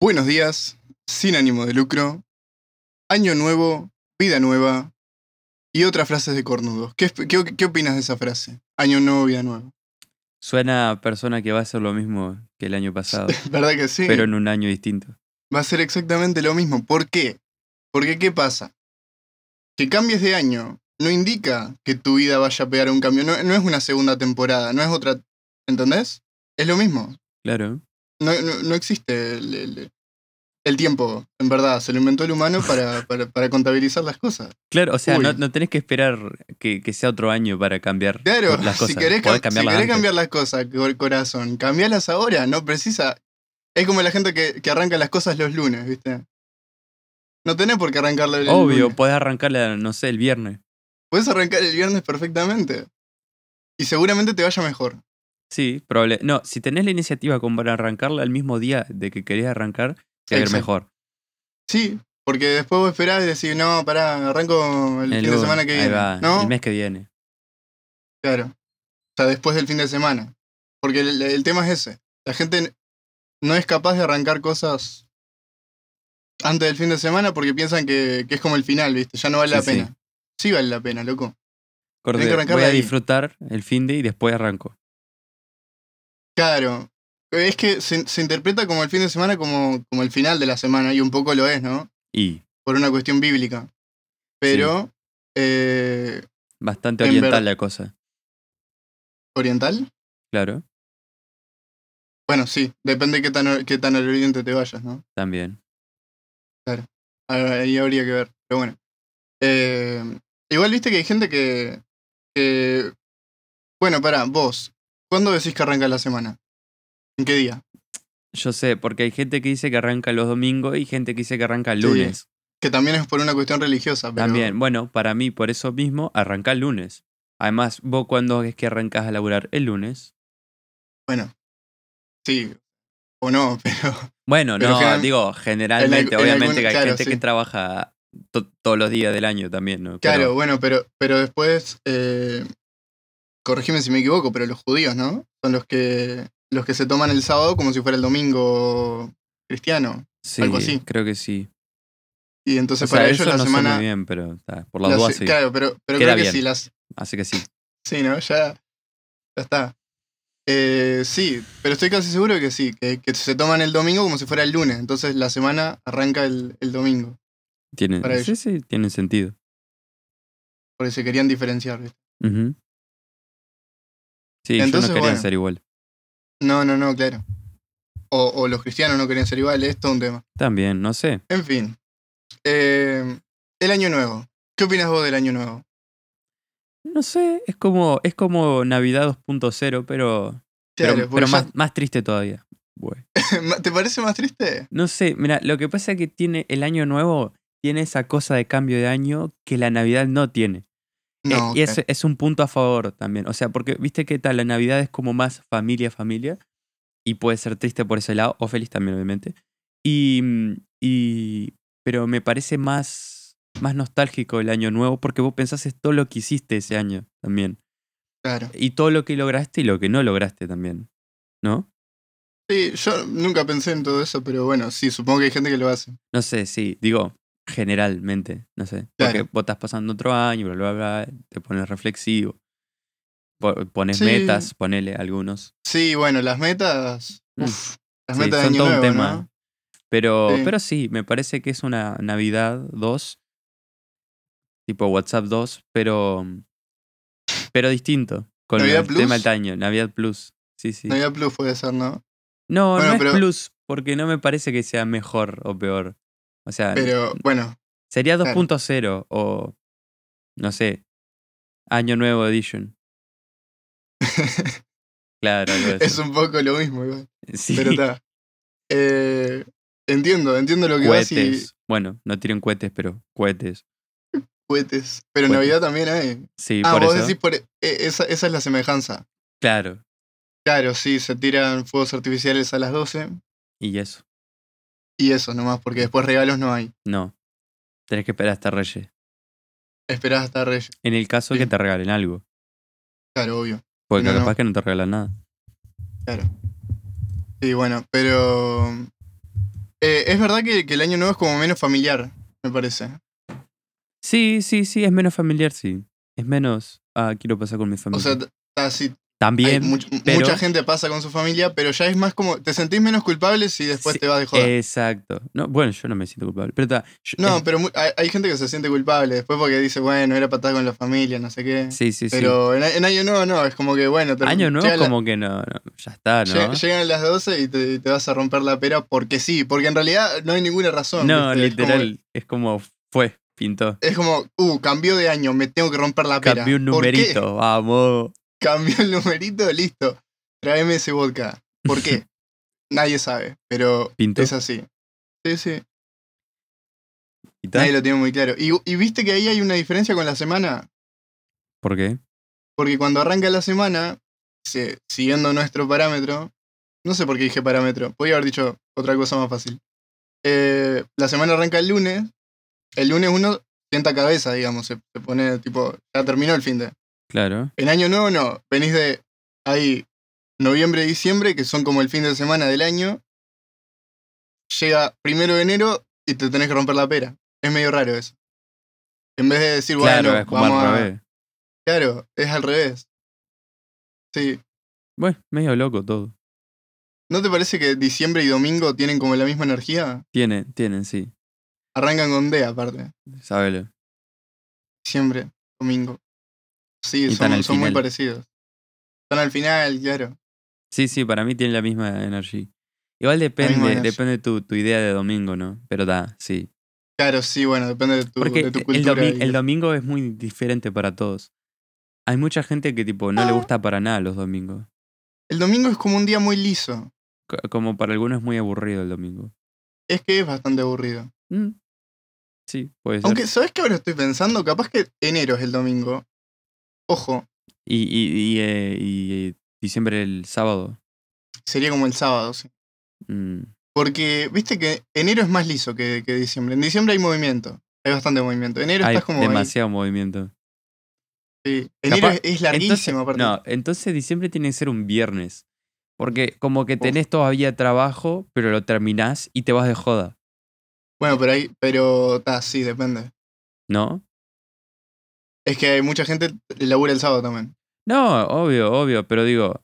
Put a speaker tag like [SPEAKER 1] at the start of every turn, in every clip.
[SPEAKER 1] Buenos días, sin ánimo de lucro, año nuevo, vida nueva y otras frases de cornudos. ¿Qué, qué, qué opinas de esa frase? Año nuevo, vida nueva.
[SPEAKER 2] Suena a persona que va a hacer lo mismo que el año pasado,
[SPEAKER 1] ¿Verdad que sí?
[SPEAKER 2] pero en un año distinto.
[SPEAKER 1] Va a ser exactamente lo mismo. ¿Por qué? Porque ¿qué pasa? Que cambies de año no indica que tu vida vaya a pegar un cambio. No, no es una segunda temporada, no es otra... ¿Entendés? Es lo mismo.
[SPEAKER 2] Claro.
[SPEAKER 1] No, no, no existe el, el- el tiempo, en verdad. Se lo inventó el humano para, para- para contabilizar las cosas.
[SPEAKER 2] Claro, o sea,
[SPEAKER 1] Uy.
[SPEAKER 2] no, no tenés que esperar que, que sea otro año para cambiar
[SPEAKER 1] Claro,
[SPEAKER 2] las cosas.
[SPEAKER 1] si querés,
[SPEAKER 2] Podés
[SPEAKER 1] cam- si
[SPEAKER 2] cambiarlas
[SPEAKER 1] querés
[SPEAKER 2] antes.
[SPEAKER 1] cambiar las cosas, cor- corazón, cambialas ahora, no precisa. Es como la gente que, que arranca las cosas los lunes, ¿viste? No tenés por qué arrancarla el
[SPEAKER 2] Obvio,
[SPEAKER 1] lunes.
[SPEAKER 2] podés arrancarla, no sé, el viernes.
[SPEAKER 1] Puedes arrancar el viernes perfectamente. Y seguramente te vaya mejor.
[SPEAKER 2] Sí, probable. No, si tenés la iniciativa como para arrancarla el mismo día de que querés arrancar, te va a ir
[SPEAKER 1] Exacto.
[SPEAKER 2] mejor.
[SPEAKER 1] Sí, porque después vos esperás y decís, no, pará, arranco el,
[SPEAKER 2] El
[SPEAKER 1] fin de
[SPEAKER 2] lunes,
[SPEAKER 1] semana que
[SPEAKER 2] ahí
[SPEAKER 1] viene.
[SPEAKER 2] va,
[SPEAKER 1] ¿No?
[SPEAKER 2] El mes que viene.
[SPEAKER 1] Claro. O sea, después del fin de semana. Porque el, el tema es ese. La gente n- no es capaz de arrancar cosas antes del fin de semana porque piensan que, que es como el final, ¿viste? Ya no vale la
[SPEAKER 2] Sí, sí.
[SPEAKER 1] pena. Sí vale la pena, loco.
[SPEAKER 2] Corte,
[SPEAKER 1] que
[SPEAKER 2] voy
[SPEAKER 1] arrancarla
[SPEAKER 2] a
[SPEAKER 1] ahí.
[SPEAKER 2] disfrutar el fin de y después arranco.
[SPEAKER 1] Claro. Es que se, se interpreta como el fin de semana como, como el final de la semana y un poco lo es, ¿no?
[SPEAKER 2] Y
[SPEAKER 1] Por una cuestión bíblica. Pero... eh,
[SPEAKER 2] bastante
[SPEAKER 1] En ver-
[SPEAKER 2] oriental la cosa,
[SPEAKER 1] ¿Oriental?
[SPEAKER 2] claro,
[SPEAKER 1] Bueno, sí. Depende qué tan, or- qué tan al oriente te vayas, ¿no?
[SPEAKER 2] también.
[SPEAKER 1] Ah, Ahí habría que ver, pero bueno. Eh, igual viste que hay gente que, que- Bueno, pará, vos, ¿cuándo decís que arranca la semana? ¿En qué día?
[SPEAKER 2] Yo sé, porque hay gente que dice que arranca los domingos y gente que dice que arranca el
[SPEAKER 1] Sí,
[SPEAKER 2] lunes.
[SPEAKER 1] Que también es por una cuestión religiosa, pero...
[SPEAKER 2] También, bueno, para mí, por eso mismo, arranca el lunes. Además, vos cuando es que arrancás a laburar el lunes.
[SPEAKER 1] Bueno, sí, o no, pero...
[SPEAKER 2] Bueno,
[SPEAKER 1] Pero
[SPEAKER 2] no,
[SPEAKER 1] general-
[SPEAKER 2] digo, generalmente,
[SPEAKER 1] en
[SPEAKER 2] obviamente
[SPEAKER 1] algún-
[SPEAKER 2] que hay
[SPEAKER 1] claro,
[SPEAKER 2] gente
[SPEAKER 1] sí.
[SPEAKER 2] que trabaja to- todos los días del año también, ¿no? Pero-
[SPEAKER 1] Claro, bueno, pero, pero después... Eh, corregime si me equivoco, pero los judíos, ¿no? Son los que, los que se toman el sábado como si fuera el domingo cristiano.
[SPEAKER 2] sí,
[SPEAKER 1] algo así.
[SPEAKER 2] creo que sí.
[SPEAKER 1] Y
[SPEAKER 2] O
[SPEAKER 1] entonces
[SPEAKER 2] sea,
[SPEAKER 1] para
[SPEAKER 2] eso
[SPEAKER 1] ellos la
[SPEAKER 2] no sé
[SPEAKER 1] semana...
[SPEAKER 2] muy bien, pero está, por las
[SPEAKER 1] La
[SPEAKER 2] dudas
[SPEAKER 1] se-
[SPEAKER 2] sí.
[SPEAKER 1] Claro, pero, pero
[SPEAKER 2] Queda
[SPEAKER 1] creo que
[SPEAKER 2] bien.
[SPEAKER 1] sí, las.
[SPEAKER 2] Así que sí.
[SPEAKER 1] Sí, ¿no? Ya. Ya está. Eh, sí, pero estoy casi seguro que sí, que, que se toman el domingo como si fuera el lunes. Entonces la semana arranca el, el domingo,
[SPEAKER 2] Tiene,
[SPEAKER 1] Para
[SPEAKER 2] sí, sí, tiene sentido.
[SPEAKER 1] porque se querían diferenciar. ¿viste?
[SPEAKER 2] Ujú. Sí,
[SPEAKER 1] Entonces,
[SPEAKER 2] yo no quería
[SPEAKER 1] bueno.
[SPEAKER 2] ser igual.
[SPEAKER 1] No, no, no, claro. O, o los cristianos no querían ser iguales, es todo un tema.
[SPEAKER 2] También, no sé.
[SPEAKER 1] En fin. Eh, el año nuevo. ¿Qué opinas vos del año nuevo?
[SPEAKER 2] No sé, es como, es como Navidad 2.0, pero, pero,
[SPEAKER 1] Claro, porque
[SPEAKER 2] pero
[SPEAKER 1] ya-
[SPEAKER 2] más, más triste todavía. Bueno.
[SPEAKER 1] ¿Te parece más triste?
[SPEAKER 2] No sé, mira, lo que pasa es que tiene el año nuevo, tiene esa cosa de cambio de año que la Navidad no tiene. Eh,
[SPEAKER 1] No.
[SPEAKER 2] Y
[SPEAKER 1] ok.
[SPEAKER 2] es, es un punto a favor también. O sea, porque viste que tal, la Navidad es como más familia, familia. Y puede ser triste por ese lado, o feliz también, obviamente. Y, mm, y- pero me parece más, más nostálgico el año nuevo porque vos pensás en todo lo que hiciste ese año también.
[SPEAKER 1] Claro.
[SPEAKER 2] Y todo lo que lograste y lo que no lograste también. ¿No?
[SPEAKER 1] Sí, yo nunca pensé en todo eso, pero bueno, sí, supongo que hay gente que lo hace.
[SPEAKER 2] No sé, sí, digo, generalmente, no sé. Porque
[SPEAKER 1] Claro.
[SPEAKER 2] vos estás pasando otro año, bla, bla, bla, te pones reflexivo. po- Pones
[SPEAKER 1] Sí.
[SPEAKER 2] metas, ponele algunos.
[SPEAKER 1] Sí, bueno, las metas.
[SPEAKER 2] Mm.
[SPEAKER 1] Uf, las
[SPEAKER 2] Sí,
[SPEAKER 1] metas de
[SPEAKER 2] son
[SPEAKER 1] año
[SPEAKER 2] todo
[SPEAKER 1] nuevo,
[SPEAKER 2] un tema.
[SPEAKER 1] ¿no?
[SPEAKER 2] Pero,
[SPEAKER 1] Sí.
[SPEAKER 2] pero sí, me parece que es una Navidad 2, tipo WhatsApp 2, pero, pero distinto. Con
[SPEAKER 1] ¿Navidad
[SPEAKER 2] el
[SPEAKER 1] Plus?
[SPEAKER 2] tema del año, Navidad Plus. Sí, sí.
[SPEAKER 1] Navidad Plus puede ser, ¿no?
[SPEAKER 2] No,
[SPEAKER 1] Bueno,
[SPEAKER 2] no es
[SPEAKER 1] pero-
[SPEAKER 2] Plus, porque no me parece que sea mejor o peor. O sea,
[SPEAKER 1] Pero bueno,
[SPEAKER 2] sería
[SPEAKER 1] claro.
[SPEAKER 2] 2.0 o, no sé, Año Nuevo Edition. Claro, algo de
[SPEAKER 1] es
[SPEAKER 2] eso.
[SPEAKER 1] un poco lo mismo, igual.
[SPEAKER 2] Sí,
[SPEAKER 1] Pero está. Eh, entiendo, entiendo lo que vas y
[SPEAKER 2] cohetes. Bueno, no tienen cohetes, pero cohetes.
[SPEAKER 1] cohetes. Pero
[SPEAKER 2] Cohetes.
[SPEAKER 1] Navidad también hay.
[SPEAKER 2] Sí,
[SPEAKER 1] Ah,
[SPEAKER 2] por
[SPEAKER 1] vos
[SPEAKER 2] eso.
[SPEAKER 1] decís por. eh, esa, esa es la semejanza.
[SPEAKER 2] Claro,
[SPEAKER 1] Claro, sí, se tiran fuegos artificiales a las 12
[SPEAKER 2] y eso.
[SPEAKER 1] y eso nomás, porque después regalos no hay.
[SPEAKER 2] No. Tenés que esperar hasta Reyes.
[SPEAKER 1] Esperás hasta Reyes.
[SPEAKER 2] En el caso
[SPEAKER 1] Sí.
[SPEAKER 2] que te regalen algo.
[SPEAKER 1] Claro, obvio.
[SPEAKER 2] Porque
[SPEAKER 1] No, no.
[SPEAKER 2] capaz que no te regalan nada.
[SPEAKER 1] Sí, bueno, pero. Eh, es verdad que, que el año nuevo es como menos familiar, me parece.
[SPEAKER 2] Sí, sí, sí, es menos familiar, sí. Es menos, ah, quiero pasar con mi
[SPEAKER 1] O
[SPEAKER 2] familia.
[SPEAKER 1] sea, t- ah, sí, hay
[SPEAKER 2] También,
[SPEAKER 1] much-
[SPEAKER 2] pero-
[SPEAKER 1] mucha gente pasa con su familia, pero ya es más como. Te sentís menos culpable si después
[SPEAKER 2] Sí, eh,
[SPEAKER 1] te vas de joda.
[SPEAKER 2] exacto. No, bueno, yo no me siento culpable, pero está, yo- eh,
[SPEAKER 1] no,
[SPEAKER 2] es-
[SPEAKER 1] pero mu- hay, hay gente que se siente culpable después porque dice, bueno, era patada con la familia, no sé qué.
[SPEAKER 2] sí, sí, sí.
[SPEAKER 1] pero en, en Año Nuevo no, es como que, bueno. te-
[SPEAKER 2] Año nuevo
[SPEAKER 1] llega la-
[SPEAKER 2] como que no, no, ya está, ¿no?
[SPEAKER 1] lle- Llegan las 12 y te, y te vas a romper la pera porque sí, porque en realidad no hay ninguna razón.
[SPEAKER 2] no,
[SPEAKER 1] ¿viste? Es como-
[SPEAKER 2] literal, es como, fue, pintó.
[SPEAKER 1] Es como, uh, cambió de año, me tengo que romper la pera.
[SPEAKER 2] Cambió un
[SPEAKER 1] ¿Por qué?
[SPEAKER 2] numerito, vamos.
[SPEAKER 1] Cambió el numerito, listo. Tráeme ese vodka. ¿Por qué? Nadie sabe, pero
[SPEAKER 2] Pintó.
[SPEAKER 1] es así. Sí, sí.
[SPEAKER 2] pintó.
[SPEAKER 1] Nadie lo tiene muy claro. Y, y viste que ahí hay una diferencia con la semana.
[SPEAKER 2] ¿Por qué?
[SPEAKER 1] Porque cuando arranca la semana, se- siguiendo nuestro parámetro, no sé por qué dije parámetro, podría haber dicho otra cosa más fácil. Eh, la semana arranca el lunes. El lunes uno sienta cabeza, digamos, se, se pone tipo, ya terminó el fin de.
[SPEAKER 2] Claro.
[SPEAKER 1] En año nuevo no, venís de ahí, noviembre, diciembre, que son como el fin de semana del año. Llega primero de enero y te tenés que romper la pera. Es medio raro eso. En vez de decir,
[SPEAKER 2] claro,
[SPEAKER 1] bueno,
[SPEAKER 2] es como
[SPEAKER 1] vamos
[SPEAKER 2] al
[SPEAKER 1] a-
[SPEAKER 2] revés.
[SPEAKER 1] Claro, es al revés. Sí.
[SPEAKER 2] Bueno, medio loco todo.
[SPEAKER 1] ¿No te parece que diciembre y domingo tienen como la misma energía?
[SPEAKER 2] Tienen, tienen, sí.
[SPEAKER 1] Arrancan con D aparte.
[SPEAKER 2] Sábelo.
[SPEAKER 1] Diciembre, domingo. Sí,
[SPEAKER 2] Y están
[SPEAKER 1] son,
[SPEAKER 2] al
[SPEAKER 1] son muy
[SPEAKER 2] final.
[SPEAKER 1] parecidos. Están al final, claro.
[SPEAKER 2] Sí, sí, para mí tiene la misma energía. Igual depende,
[SPEAKER 1] energía.
[SPEAKER 2] depende tu, tu idea de domingo, ¿no? Pero da, sí.
[SPEAKER 1] Claro, sí, bueno, depende de tu,
[SPEAKER 2] Porque
[SPEAKER 1] de tu
[SPEAKER 2] el,
[SPEAKER 1] cultura.
[SPEAKER 2] domi-
[SPEAKER 1] y
[SPEAKER 2] el
[SPEAKER 1] eso.
[SPEAKER 2] domingo es muy diferente para todos. Hay mucha gente que tipo
[SPEAKER 1] Ah.
[SPEAKER 2] no le gusta para nada los domingos.
[SPEAKER 1] El domingo es como un día muy liso.
[SPEAKER 2] Co- Como para algunos es muy aburrido el domingo.
[SPEAKER 1] Es que es bastante aburrido.
[SPEAKER 2] Mm. Sí, puede ser.
[SPEAKER 1] Aunque, ¿sabes qué ahora estoy pensando? Capaz que enero es el domingo. Ojo,
[SPEAKER 2] Y, y, y, eh, y, eh, diciembre el sábado.
[SPEAKER 1] sería como el sábado, sí.
[SPEAKER 2] Mm.
[SPEAKER 1] Porque, viste que enero es más liso que, que diciembre. En diciembre hay movimiento. Hay bastante movimiento. Enero
[SPEAKER 2] Hay
[SPEAKER 1] estás como. ahí,
[SPEAKER 2] demasiado movimiento.
[SPEAKER 1] sí. Enero
[SPEAKER 2] Capaz-
[SPEAKER 1] es, es
[SPEAKER 2] Entonces,
[SPEAKER 1] larguísimo, aparte.
[SPEAKER 2] no, entonces diciembre tiene que ser un viernes. Porque como que tenés todavía trabajo, pero lo terminás y te vas de joda,
[SPEAKER 1] Bueno, pero ahí. Pero. ta, sí, depende.
[SPEAKER 2] ¿no?
[SPEAKER 1] Es que hay mucha gente que labura el sábado también.
[SPEAKER 2] No, obvio, obvio, pero digo,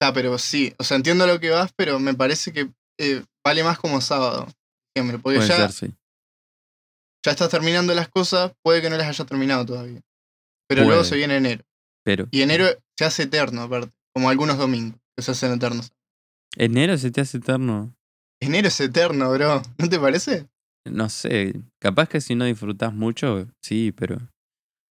[SPEAKER 1] Ta, pero sí. O sea, entiendo lo que vas, pero me parece que eh, vale más como sábado. Diciembre, porque
[SPEAKER 2] puede
[SPEAKER 1] ya,
[SPEAKER 2] ser, sí.
[SPEAKER 1] ya estás terminando las cosas, puede que no las hayas terminado todavía. Pero luego
[SPEAKER 2] Puede.
[SPEAKER 1] se viene enero.
[SPEAKER 2] Pero
[SPEAKER 1] Y enero se hace eterno, aparte. Como algunos domingos que se hacen eternos.
[SPEAKER 2] enero se te hace eterno.
[SPEAKER 1] Enero es eterno, bro. ¿No te parece?
[SPEAKER 2] No sé, capaz que si no disfrutás mucho, sí, pero...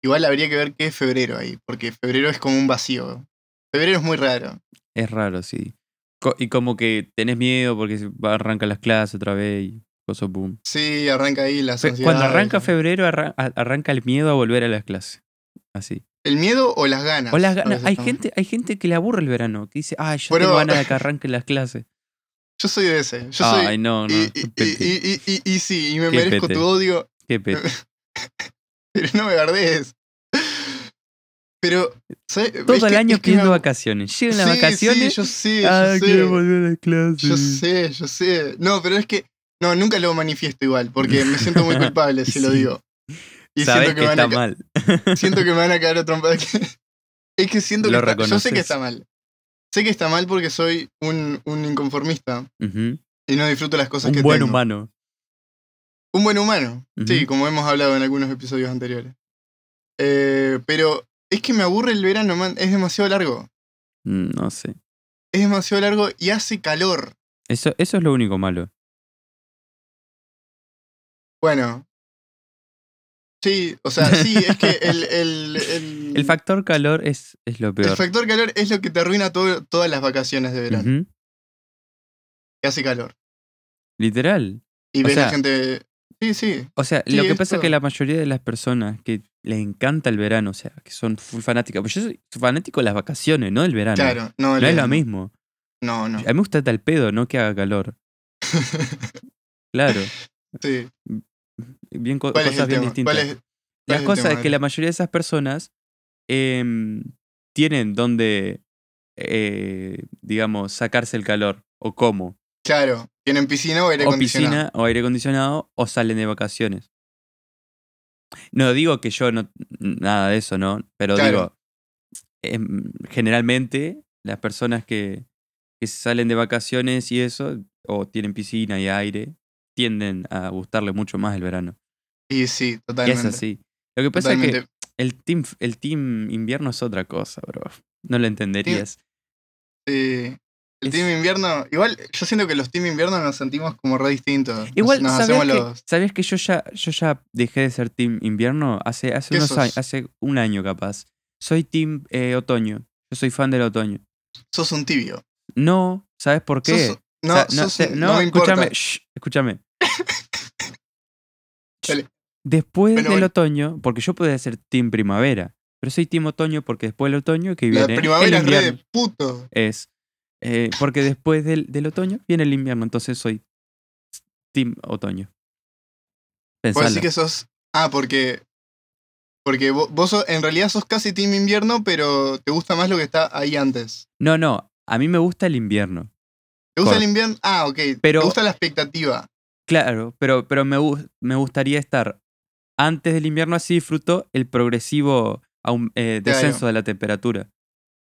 [SPEAKER 1] Igual habría que ver qué es febrero ahí, porque febrero es como un vacío. Febrero es muy raro.
[SPEAKER 2] Es raro, sí. Co- y como que tenés miedo porque se va- arrancan las clases otra vez y cosas boom.
[SPEAKER 1] Sí, arranca ahí la
[SPEAKER 2] Fe-
[SPEAKER 1] sociedad.
[SPEAKER 2] Cuando arranca febrero, arra- a- arranca el miedo a volver a las clases. Así.
[SPEAKER 1] ¿El miedo o las ganas?
[SPEAKER 2] O las
[SPEAKER 1] A
[SPEAKER 2] ganas.
[SPEAKER 1] veces
[SPEAKER 2] Hay
[SPEAKER 1] también.
[SPEAKER 2] gente, hay gente que le aburre el verano, que dice, ay, yo
[SPEAKER 1] Bueno.
[SPEAKER 2] tengo ganas de que arranquen las clases.
[SPEAKER 1] Yo soy de ese. Yo soy.
[SPEAKER 2] Ay, no, no.
[SPEAKER 1] y, y,
[SPEAKER 2] pete,
[SPEAKER 1] y- y- y- y- y sí, y me
[SPEAKER 2] Qué
[SPEAKER 1] merezco
[SPEAKER 2] pete.
[SPEAKER 1] tu odio,
[SPEAKER 2] qué pete.
[SPEAKER 1] pero no me bardees. Pero. ¿sabes? Es
[SPEAKER 2] Todo el
[SPEAKER 1] que-
[SPEAKER 2] año
[SPEAKER 1] es que me
[SPEAKER 2] pidiendo
[SPEAKER 1] ab-
[SPEAKER 2] vacaciones. Llegan las
[SPEAKER 1] Sí,
[SPEAKER 2] vacaciones.
[SPEAKER 1] Sí, yo sí, yo
[SPEAKER 2] ah,
[SPEAKER 1] sé.
[SPEAKER 2] quiero volver a las clases.
[SPEAKER 1] Yo sé, yo sé. No, pero es que. No, nunca lo manifiesto igual, porque me siento muy culpable si lo
[SPEAKER 2] Sí.
[SPEAKER 1] digo. Y
[SPEAKER 2] Sabes
[SPEAKER 1] siento
[SPEAKER 2] que,
[SPEAKER 1] que, me van
[SPEAKER 2] está
[SPEAKER 1] a, ca-
[SPEAKER 2] mal.
[SPEAKER 1] siento que me van a caer a trompada. Es que siento que
[SPEAKER 2] Lo
[SPEAKER 1] está- yo sé
[SPEAKER 2] reconoces.
[SPEAKER 1] que está mal. Sé que está mal porque soy un, un inconformista
[SPEAKER 2] Ujú.
[SPEAKER 1] y no disfruto las cosas
[SPEAKER 2] Un
[SPEAKER 1] que
[SPEAKER 2] buen
[SPEAKER 1] tengo.
[SPEAKER 2] humano.
[SPEAKER 1] Un buen humano. Sí,
[SPEAKER 2] Ujú.
[SPEAKER 1] como hemos hablado en algunos episodios anteriores. Eh, pero es que me aburre el verano, man. Es demasiado largo.
[SPEAKER 2] Mm, No sé.
[SPEAKER 1] Es demasiado largo y hace calor.
[SPEAKER 2] Eso, eso es lo único malo.
[SPEAKER 1] Bueno. Sí, o sea, sí, es que el, el, el,
[SPEAKER 2] El factor calor es, es lo
[SPEAKER 1] el
[SPEAKER 2] peor.
[SPEAKER 1] factor calor es lo que te arruina todo- todas las vacaciones de verano.
[SPEAKER 2] Ujú.
[SPEAKER 1] Que hace calor.
[SPEAKER 2] Literal.
[SPEAKER 1] Y
[SPEAKER 2] O
[SPEAKER 1] ves la
[SPEAKER 2] sea-
[SPEAKER 1] gente. Sí, sí.
[SPEAKER 2] O sea,
[SPEAKER 1] Sí,
[SPEAKER 2] lo que
[SPEAKER 1] es
[SPEAKER 2] pasa es que
[SPEAKER 1] todo.
[SPEAKER 2] la mayoría de las personas que les encanta el verano, o sea, que son full fanáticas, pues yo soy fanático de las vacaciones, no del verano.
[SPEAKER 1] Claro, no,
[SPEAKER 2] no
[SPEAKER 1] le-
[SPEAKER 2] es lo mismo.
[SPEAKER 1] No, no.
[SPEAKER 2] A mí me gusta tal pedo, no que haga calor. Claro.
[SPEAKER 1] Sí.
[SPEAKER 2] Bien, co-
[SPEAKER 1] ¿Cuál es
[SPEAKER 2] cosas
[SPEAKER 1] el
[SPEAKER 2] bien
[SPEAKER 1] tema?
[SPEAKER 2] distintas.
[SPEAKER 1] ¿Cuál es,
[SPEAKER 2] la
[SPEAKER 1] es el
[SPEAKER 2] cosa
[SPEAKER 1] tema,
[SPEAKER 2] es que
[SPEAKER 1] Adri?
[SPEAKER 2] la mayoría de esas personas em, tienen donde, eh, digamos, sacarse el calor o cómo.
[SPEAKER 1] Claro, tienen piscina o aire
[SPEAKER 2] o
[SPEAKER 1] acondicionado.
[SPEAKER 2] piscina o aire acondicionado o salen de vacaciones. No digo que yo no nada de eso, ¿no? Pero
[SPEAKER 1] Claro.
[SPEAKER 2] digo, em, generalmente las personas que, que salen de vacaciones y eso, o tienen piscina y aire, tienden a gustarle mucho más el verano.
[SPEAKER 1] Y sí,
[SPEAKER 2] Y
[SPEAKER 1] totalmente.
[SPEAKER 2] es así. Lo que pasa
[SPEAKER 1] totalmente.
[SPEAKER 2] es que el team, el team invierno es otra cosa, bro. No lo entenderías.
[SPEAKER 1] Sí. El
[SPEAKER 2] Es-
[SPEAKER 1] Team Invierno, igual yo siento que los Team Invierno nos sentimos como re distintos. Nos-
[SPEAKER 2] Igual,
[SPEAKER 1] nos,
[SPEAKER 2] ¿sabías,
[SPEAKER 1] hacemos
[SPEAKER 2] que,
[SPEAKER 1] los.
[SPEAKER 2] sabías que yo ya, yo ya dejé de ser team invierno hace, hace
[SPEAKER 1] ¿Qué
[SPEAKER 2] unos
[SPEAKER 1] sos?
[SPEAKER 2] años, hace un año capaz? Soy team eh, otoño. Yo soy fan del otoño.
[SPEAKER 1] Sos un tibio.
[SPEAKER 2] No, ¿sabes por qué?
[SPEAKER 1] Sos- no,
[SPEAKER 2] O sea,
[SPEAKER 1] sos
[SPEAKER 2] te-
[SPEAKER 1] un- no me importa.
[SPEAKER 2] escúchame, shh, escúchame.
[SPEAKER 1] Dale.
[SPEAKER 2] Después
[SPEAKER 1] Bueno,
[SPEAKER 2] del
[SPEAKER 1] bueno.
[SPEAKER 2] otoño, porque yo podía ser team primavera, pero soy team otoño porque después del otoño que
[SPEAKER 1] La
[SPEAKER 2] viene el
[SPEAKER 1] primavera es re
[SPEAKER 2] invierno.
[SPEAKER 1] de puto.
[SPEAKER 2] es. eh, porque después del, del otoño viene el invierno, entonces soy Team Otoño.
[SPEAKER 1] Vos
[SPEAKER 2] Pensalo.
[SPEAKER 1] decís que sos. Ah, porque. Porque vo- vos, sos- en realidad sos casi Team Invierno, pero te gusta más lo que está ahí antes.
[SPEAKER 2] No, no, a mí me gusta el invierno.
[SPEAKER 1] ¿Te gusta
[SPEAKER 2] Cor-
[SPEAKER 1] el invierno? Ah, ok.
[SPEAKER 2] Pero-
[SPEAKER 1] ¿Te gusta la expectativa?
[SPEAKER 2] Claro, pero, pero me, gus- me gustaría estar antes del invierno, así disfruto el progresivo aum- eh,
[SPEAKER 1] Claro.
[SPEAKER 2] descenso de la temperatura.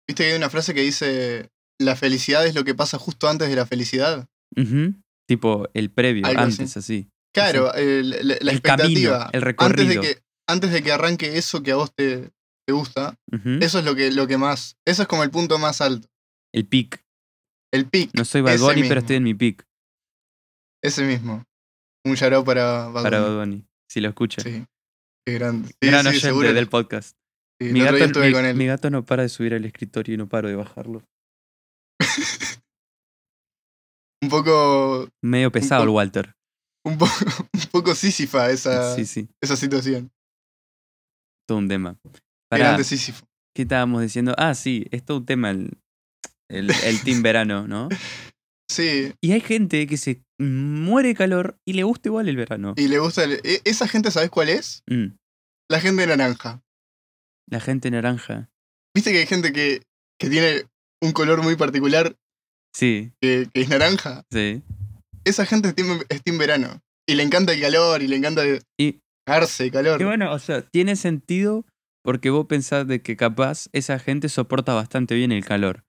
[SPEAKER 1] ¿Viste que hay una frase que dice. La felicidad es lo que pasa justo antes de la felicidad?
[SPEAKER 2] Ujú, Tipo el previo,
[SPEAKER 1] Algo así.
[SPEAKER 2] antes, así.
[SPEAKER 1] Claro, el- la- la,
[SPEAKER 2] El camino,
[SPEAKER 1] expectativa.
[SPEAKER 2] el
[SPEAKER 1] antes, de
[SPEAKER 2] recorrido.
[SPEAKER 1] que, antes de que arranque eso que a vos te, te gusta,
[SPEAKER 2] Ujú,
[SPEAKER 1] Eso es lo que, lo que más. Eso es como el punto más alto.
[SPEAKER 2] El pic.
[SPEAKER 1] El pic,
[SPEAKER 2] No soy Bad
[SPEAKER 1] ese
[SPEAKER 2] Bunny, pero
[SPEAKER 1] mismo.
[SPEAKER 2] estoy en mi pic
[SPEAKER 1] ese mismo. Un yaró para Bad
[SPEAKER 2] para
[SPEAKER 1] Bunny.
[SPEAKER 2] Bad Bunny, si lo escucha.
[SPEAKER 1] Sí. Qué grande. Sí,
[SPEAKER 2] Gran
[SPEAKER 1] sí,
[SPEAKER 2] oyente
[SPEAKER 1] seguro.
[SPEAKER 2] del podcast.
[SPEAKER 1] Sí,
[SPEAKER 2] Mi
[SPEAKER 1] el otro día
[SPEAKER 2] gato,
[SPEAKER 1] estuve
[SPEAKER 2] mi-
[SPEAKER 1] con él.
[SPEAKER 2] mi gato no para de subir al escritorio y no paro de bajarlo.
[SPEAKER 1] Un poco.
[SPEAKER 2] Medio pesado el
[SPEAKER 1] poco-
[SPEAKER 2] Walter.
[SPEAKER 1] Un poco, un poco sísifa esa,
[SPEAKER 2] Sí, sí,
[SPEAKER 1] esa situación.
[SPEAKER 2] todo un tema.
[SPEAKER 1] Qué
[SPEAKER 2] Pará,
[SPEAKER 1] grande sísifo.
[SPEAKER 2] ¿qué estábamos diciendo? Ah, sí, es todo un tema el, el, el team verano, ¿no?
[SPEAKER 1] Sí.
[SPEAKER 2] Y hay gente que se muere de calor y le gusta igual el verano.
[SPEAKER 1] Y le gusta. el- e- ¿Esa gente sabes cuál es?
[SPEAKER 2] Mm,
[SPEAKER 1] La gente naranja.
[SPEAKER 2] la gente naranja.
[SPEAKER 1] ¿Viste que hay gente que, que tiene un color muy particular
[SPEAKER 2] Sí,
[SPEAKER 1] que, que es naranja?
[SPEAKER 2] sí.
[SPEAKER 1] Esa gente es team, es team verano. Y le encanta el calor y le encanta
[SPEAKER 2] Y-
[SPEAKER 1] cagarse de calor.
[SPEAKER 2] Y bueno, o sea, tiene sentido porque vos pensás de que capaz esa gente soporta bastante bien el calor.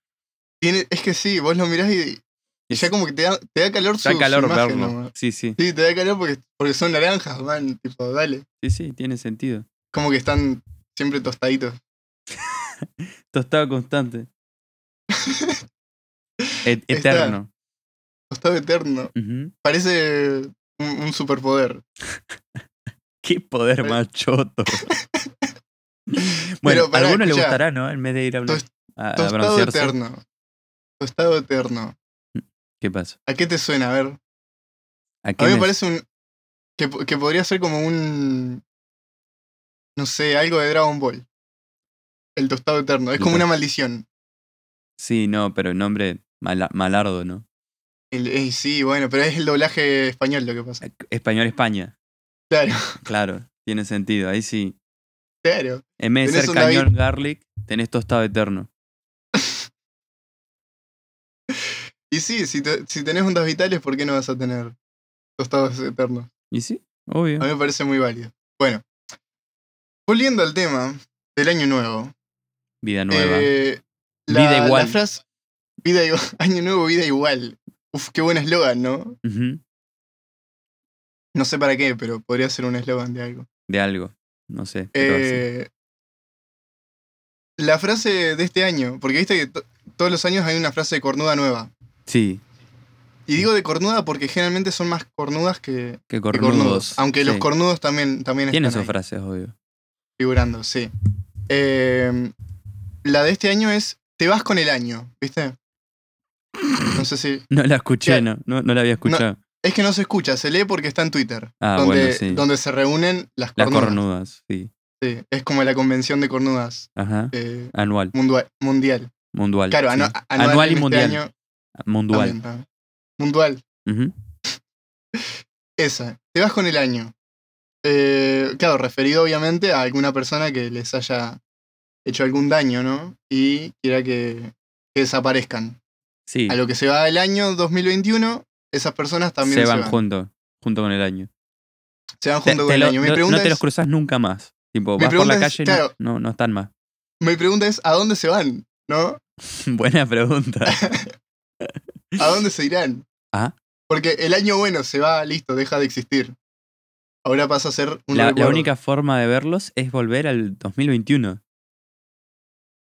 [SPEAKER 1] Tiene- es que sí, vos lo mirás y, y ya como que te da, te da calor su,
[SPEAKER 2] Da
[SPEAKER 1] su
[SPEAKER 2] calor
[SPEAKER 1] imagen,
[SPEAKER 2] verlo.
[SPEAKER 1] nomás.
[SPEAKER 2] Sí, sí,
[SPEAKER 1] Sí, te da calor porque, porque son naranjas, man. Tipo, dale.
[SPEAKER 2] sí, sí, tiene sentido.
[SPEAKER 1] Como que están siempre tostaditos.
[SPEAKER 2] Tostado constante. Et-
[SPEAKER 1] Está.
[SPEAKER 2] eterno.
[SPEAKER 1] Tostado eterno.
[SPEAKER 2] Ujú.
[SPEAKER 1] Parece un, un superpoder.
[SPEAKER 2] Qué poder
[SPEAKER 1] Pero-
[SPEAKER 2] más choto. bueno,
[SPEAKER 1] Pero pará,
[SPEAKER 2] a algunos le
[SPEAKER 1] escuchá.
[SPEAKER 2] gustará, ¿no? En vez de ir a, una-
[SPEAKER 1] Tos-
[SPEAKER 2] a- a
[SPEAKER 1] Tostado
[SPEAKER 2] broncearse.
[SPEAKER 1] eterno. Tostado eterno.
[SPEAKER 2] ¿Qué pasa?
[SPEAKER 1] ¿A qué te suena? A ver.
[SPEAKER 2] ¿A
[SPEAKER 1] A mí
[SPEAKER 2] quién
[SPEAKER 1] me
[SPEAKER 2] es?
[SPEAKER 1] parece un. Que, po- que podría ser como un. No sé, algo de Dragon Ball. El tostado eterno. Es
[SPEAKER 2] El
[SPEAKER 1] como
[SPEAKER 2] to-
[SPEAKER 1] una maldición.
[SPEAKER 2] Sí, no, pero el nombre mala- malardo, ¿no?
[SPEAKER 1] El, eh, sí, bueno, pero es el doblaje español lo que pasa.
[SPEAKER 2] Español España,
[SPEAKER 1] Claro,
[SPEAKER 2] claro, tiene sentido, ahí sí.
[SPEAKER 1] claro.
[SPEAKER 2] En vez de
[SPEAKER 1] Tenés
[SPEAKER 2] ser
[SPEAKER 1] un David-
[SPEAKER 2] cañón garlic, tenés tostado eterno.
[SPEAKER 1] Y sí, si, te- si tenés ondas vitales, ¿por qué no vas a tener tostados eternos?
[SPEAKER 2] ¿Y sí? Obvio.
[SPEAKER 1] A mí me parece muy válido. Bueno, volviendo al tema del año nuevo.
[SPEAKER 2] Vida nueva.
[SPEAKER 1] eh, la,
[SPEAKER 2] Vida
[SPEAKER 1] la
[SPEAKER 2] igual.
[SPEAKER 1] frase vida igual- año nuevo, vida igual. Uf, qué buen eslogan, ¿no?
[SPEAKER 2] Ujú,
[SPEAKER 1] No sé para qué, pero podría ser un eslogan de algo.
[SPEAKER 2] De algo. No sé. pero así.
[SPEAKER 1] Eh, la frase de este año, porque viste que to- todos los años hay una frase de cornuda nueva.
[SPEAKER 2] Sí,
[SPEAKER 1] Y digo de cornuda porque generalmente son más cornudas que,
[SPEAKER 2] qué
[SPEAKER 1] que
[SPEAKER 2] cornudos.
[SPEAKER 1] cornudos. Aunque los
[SPEAKER 2] Sí,
[SPEAKER 1] cornudos también, también
[SPEAKER 2] Tienen
[SPEAKER 1] están
[SPEAKER 2] sus
[SPEAKER 1] ahí
[SPEAKER 2] frases, obvio.
[SPEAKER 1] figurando, sí. Eh, la de este año es Te vas con el año, ¿viste? No sé si.
[SPEAKER 2] No la escuché,
[SPEAKER 1] Ya.
[SPEAKER 2] no, no, no la había escuchado.
[SPEAKER 1] Es que no se escucha, se lee porque está en Twitter.
[SPEAKER 2] Ah,
[SPEAKER 1] donde,
[SPEAKER 2] bueno, sí.
[SPEAKER 1] donde se reúnen las
[SPEAKER 2] Las
[SPEAKER 1] cornudas.
[SPEAKER 2] cornudas, sí.
[SPEAKER 1] Sí, es como la convención de cornudas
[SPEAKER 2] Ajá.
[SPEAKER 1] eh,
[SPEAKER 2] Anual,
[SPEAKER 1] mundua- mundial.
[SPEAKER 2] mundial.
[SPEAKER 1] Claro,
[SPEAKER 2] sí.
[SPEAKER 1] anu- anual,
[SPEAKER 2] Anual y
[SPEAKER 1] en este
[SPEAKER 2] mundial. Ah,
[SPEAKER 1] año
[SPEAKER 2] Mundual.
[SPEAKER 1] también, también. Mundial.
[SPEAKER 2] Ujú.
[SPEAKER 1] Esa, te vas con el año. Eh, claro, referido obviamente a alguna persona que les haya hecho algún daño, ¿no? Y quiera que, que desaparezcan.
[SPEAKER 2] Sí,
[SPEAKER 1] A lo que se va el año 2021, esas personas también
[SPEAKER 2] se van, juntos, junto con el año.
[SPEAKER 1] Se van
[SPEAKER 2] Te-
[SPEAKER 1] junto
[SPEAKER 2] te
[SPEAKER 1] con el
[SPEAKER 2] lo-
[SPEAKER 1] año. Mi
[SPEAKER 2] no,
[SPEAKER 1] pregunta
[SPEAKER 2] no te los
[SPEAKER 1] es,
[SPEAKER 2] cruzas nunca más. Tipo,
[SPEAKER 1] Mi
[SPEAKER 2] vas por la
[SPEAKER 1] pregunta es,
[SPEAKER 2] calle y
[SPEAKER 1] claro.
[SPEAKER 2] no, no, no están más.
[SPEAKER 1] mi pregunta es, ¿a dónde se van? ¿No?
[SPEAKER 2] Buena pregunta.
[SPEAKER 1] ¿A dónde se irán?
[SPEAKER 2] Ah.
[SPEAKER 1] Porque el año bueno se va, listo, deja de existir. Ahora pasa a ser un
[SPEAKER 2] La, la
[SPEAKER 1] recuerdo.
[SPEAKER 2] única forma de verlos es volver al 2021.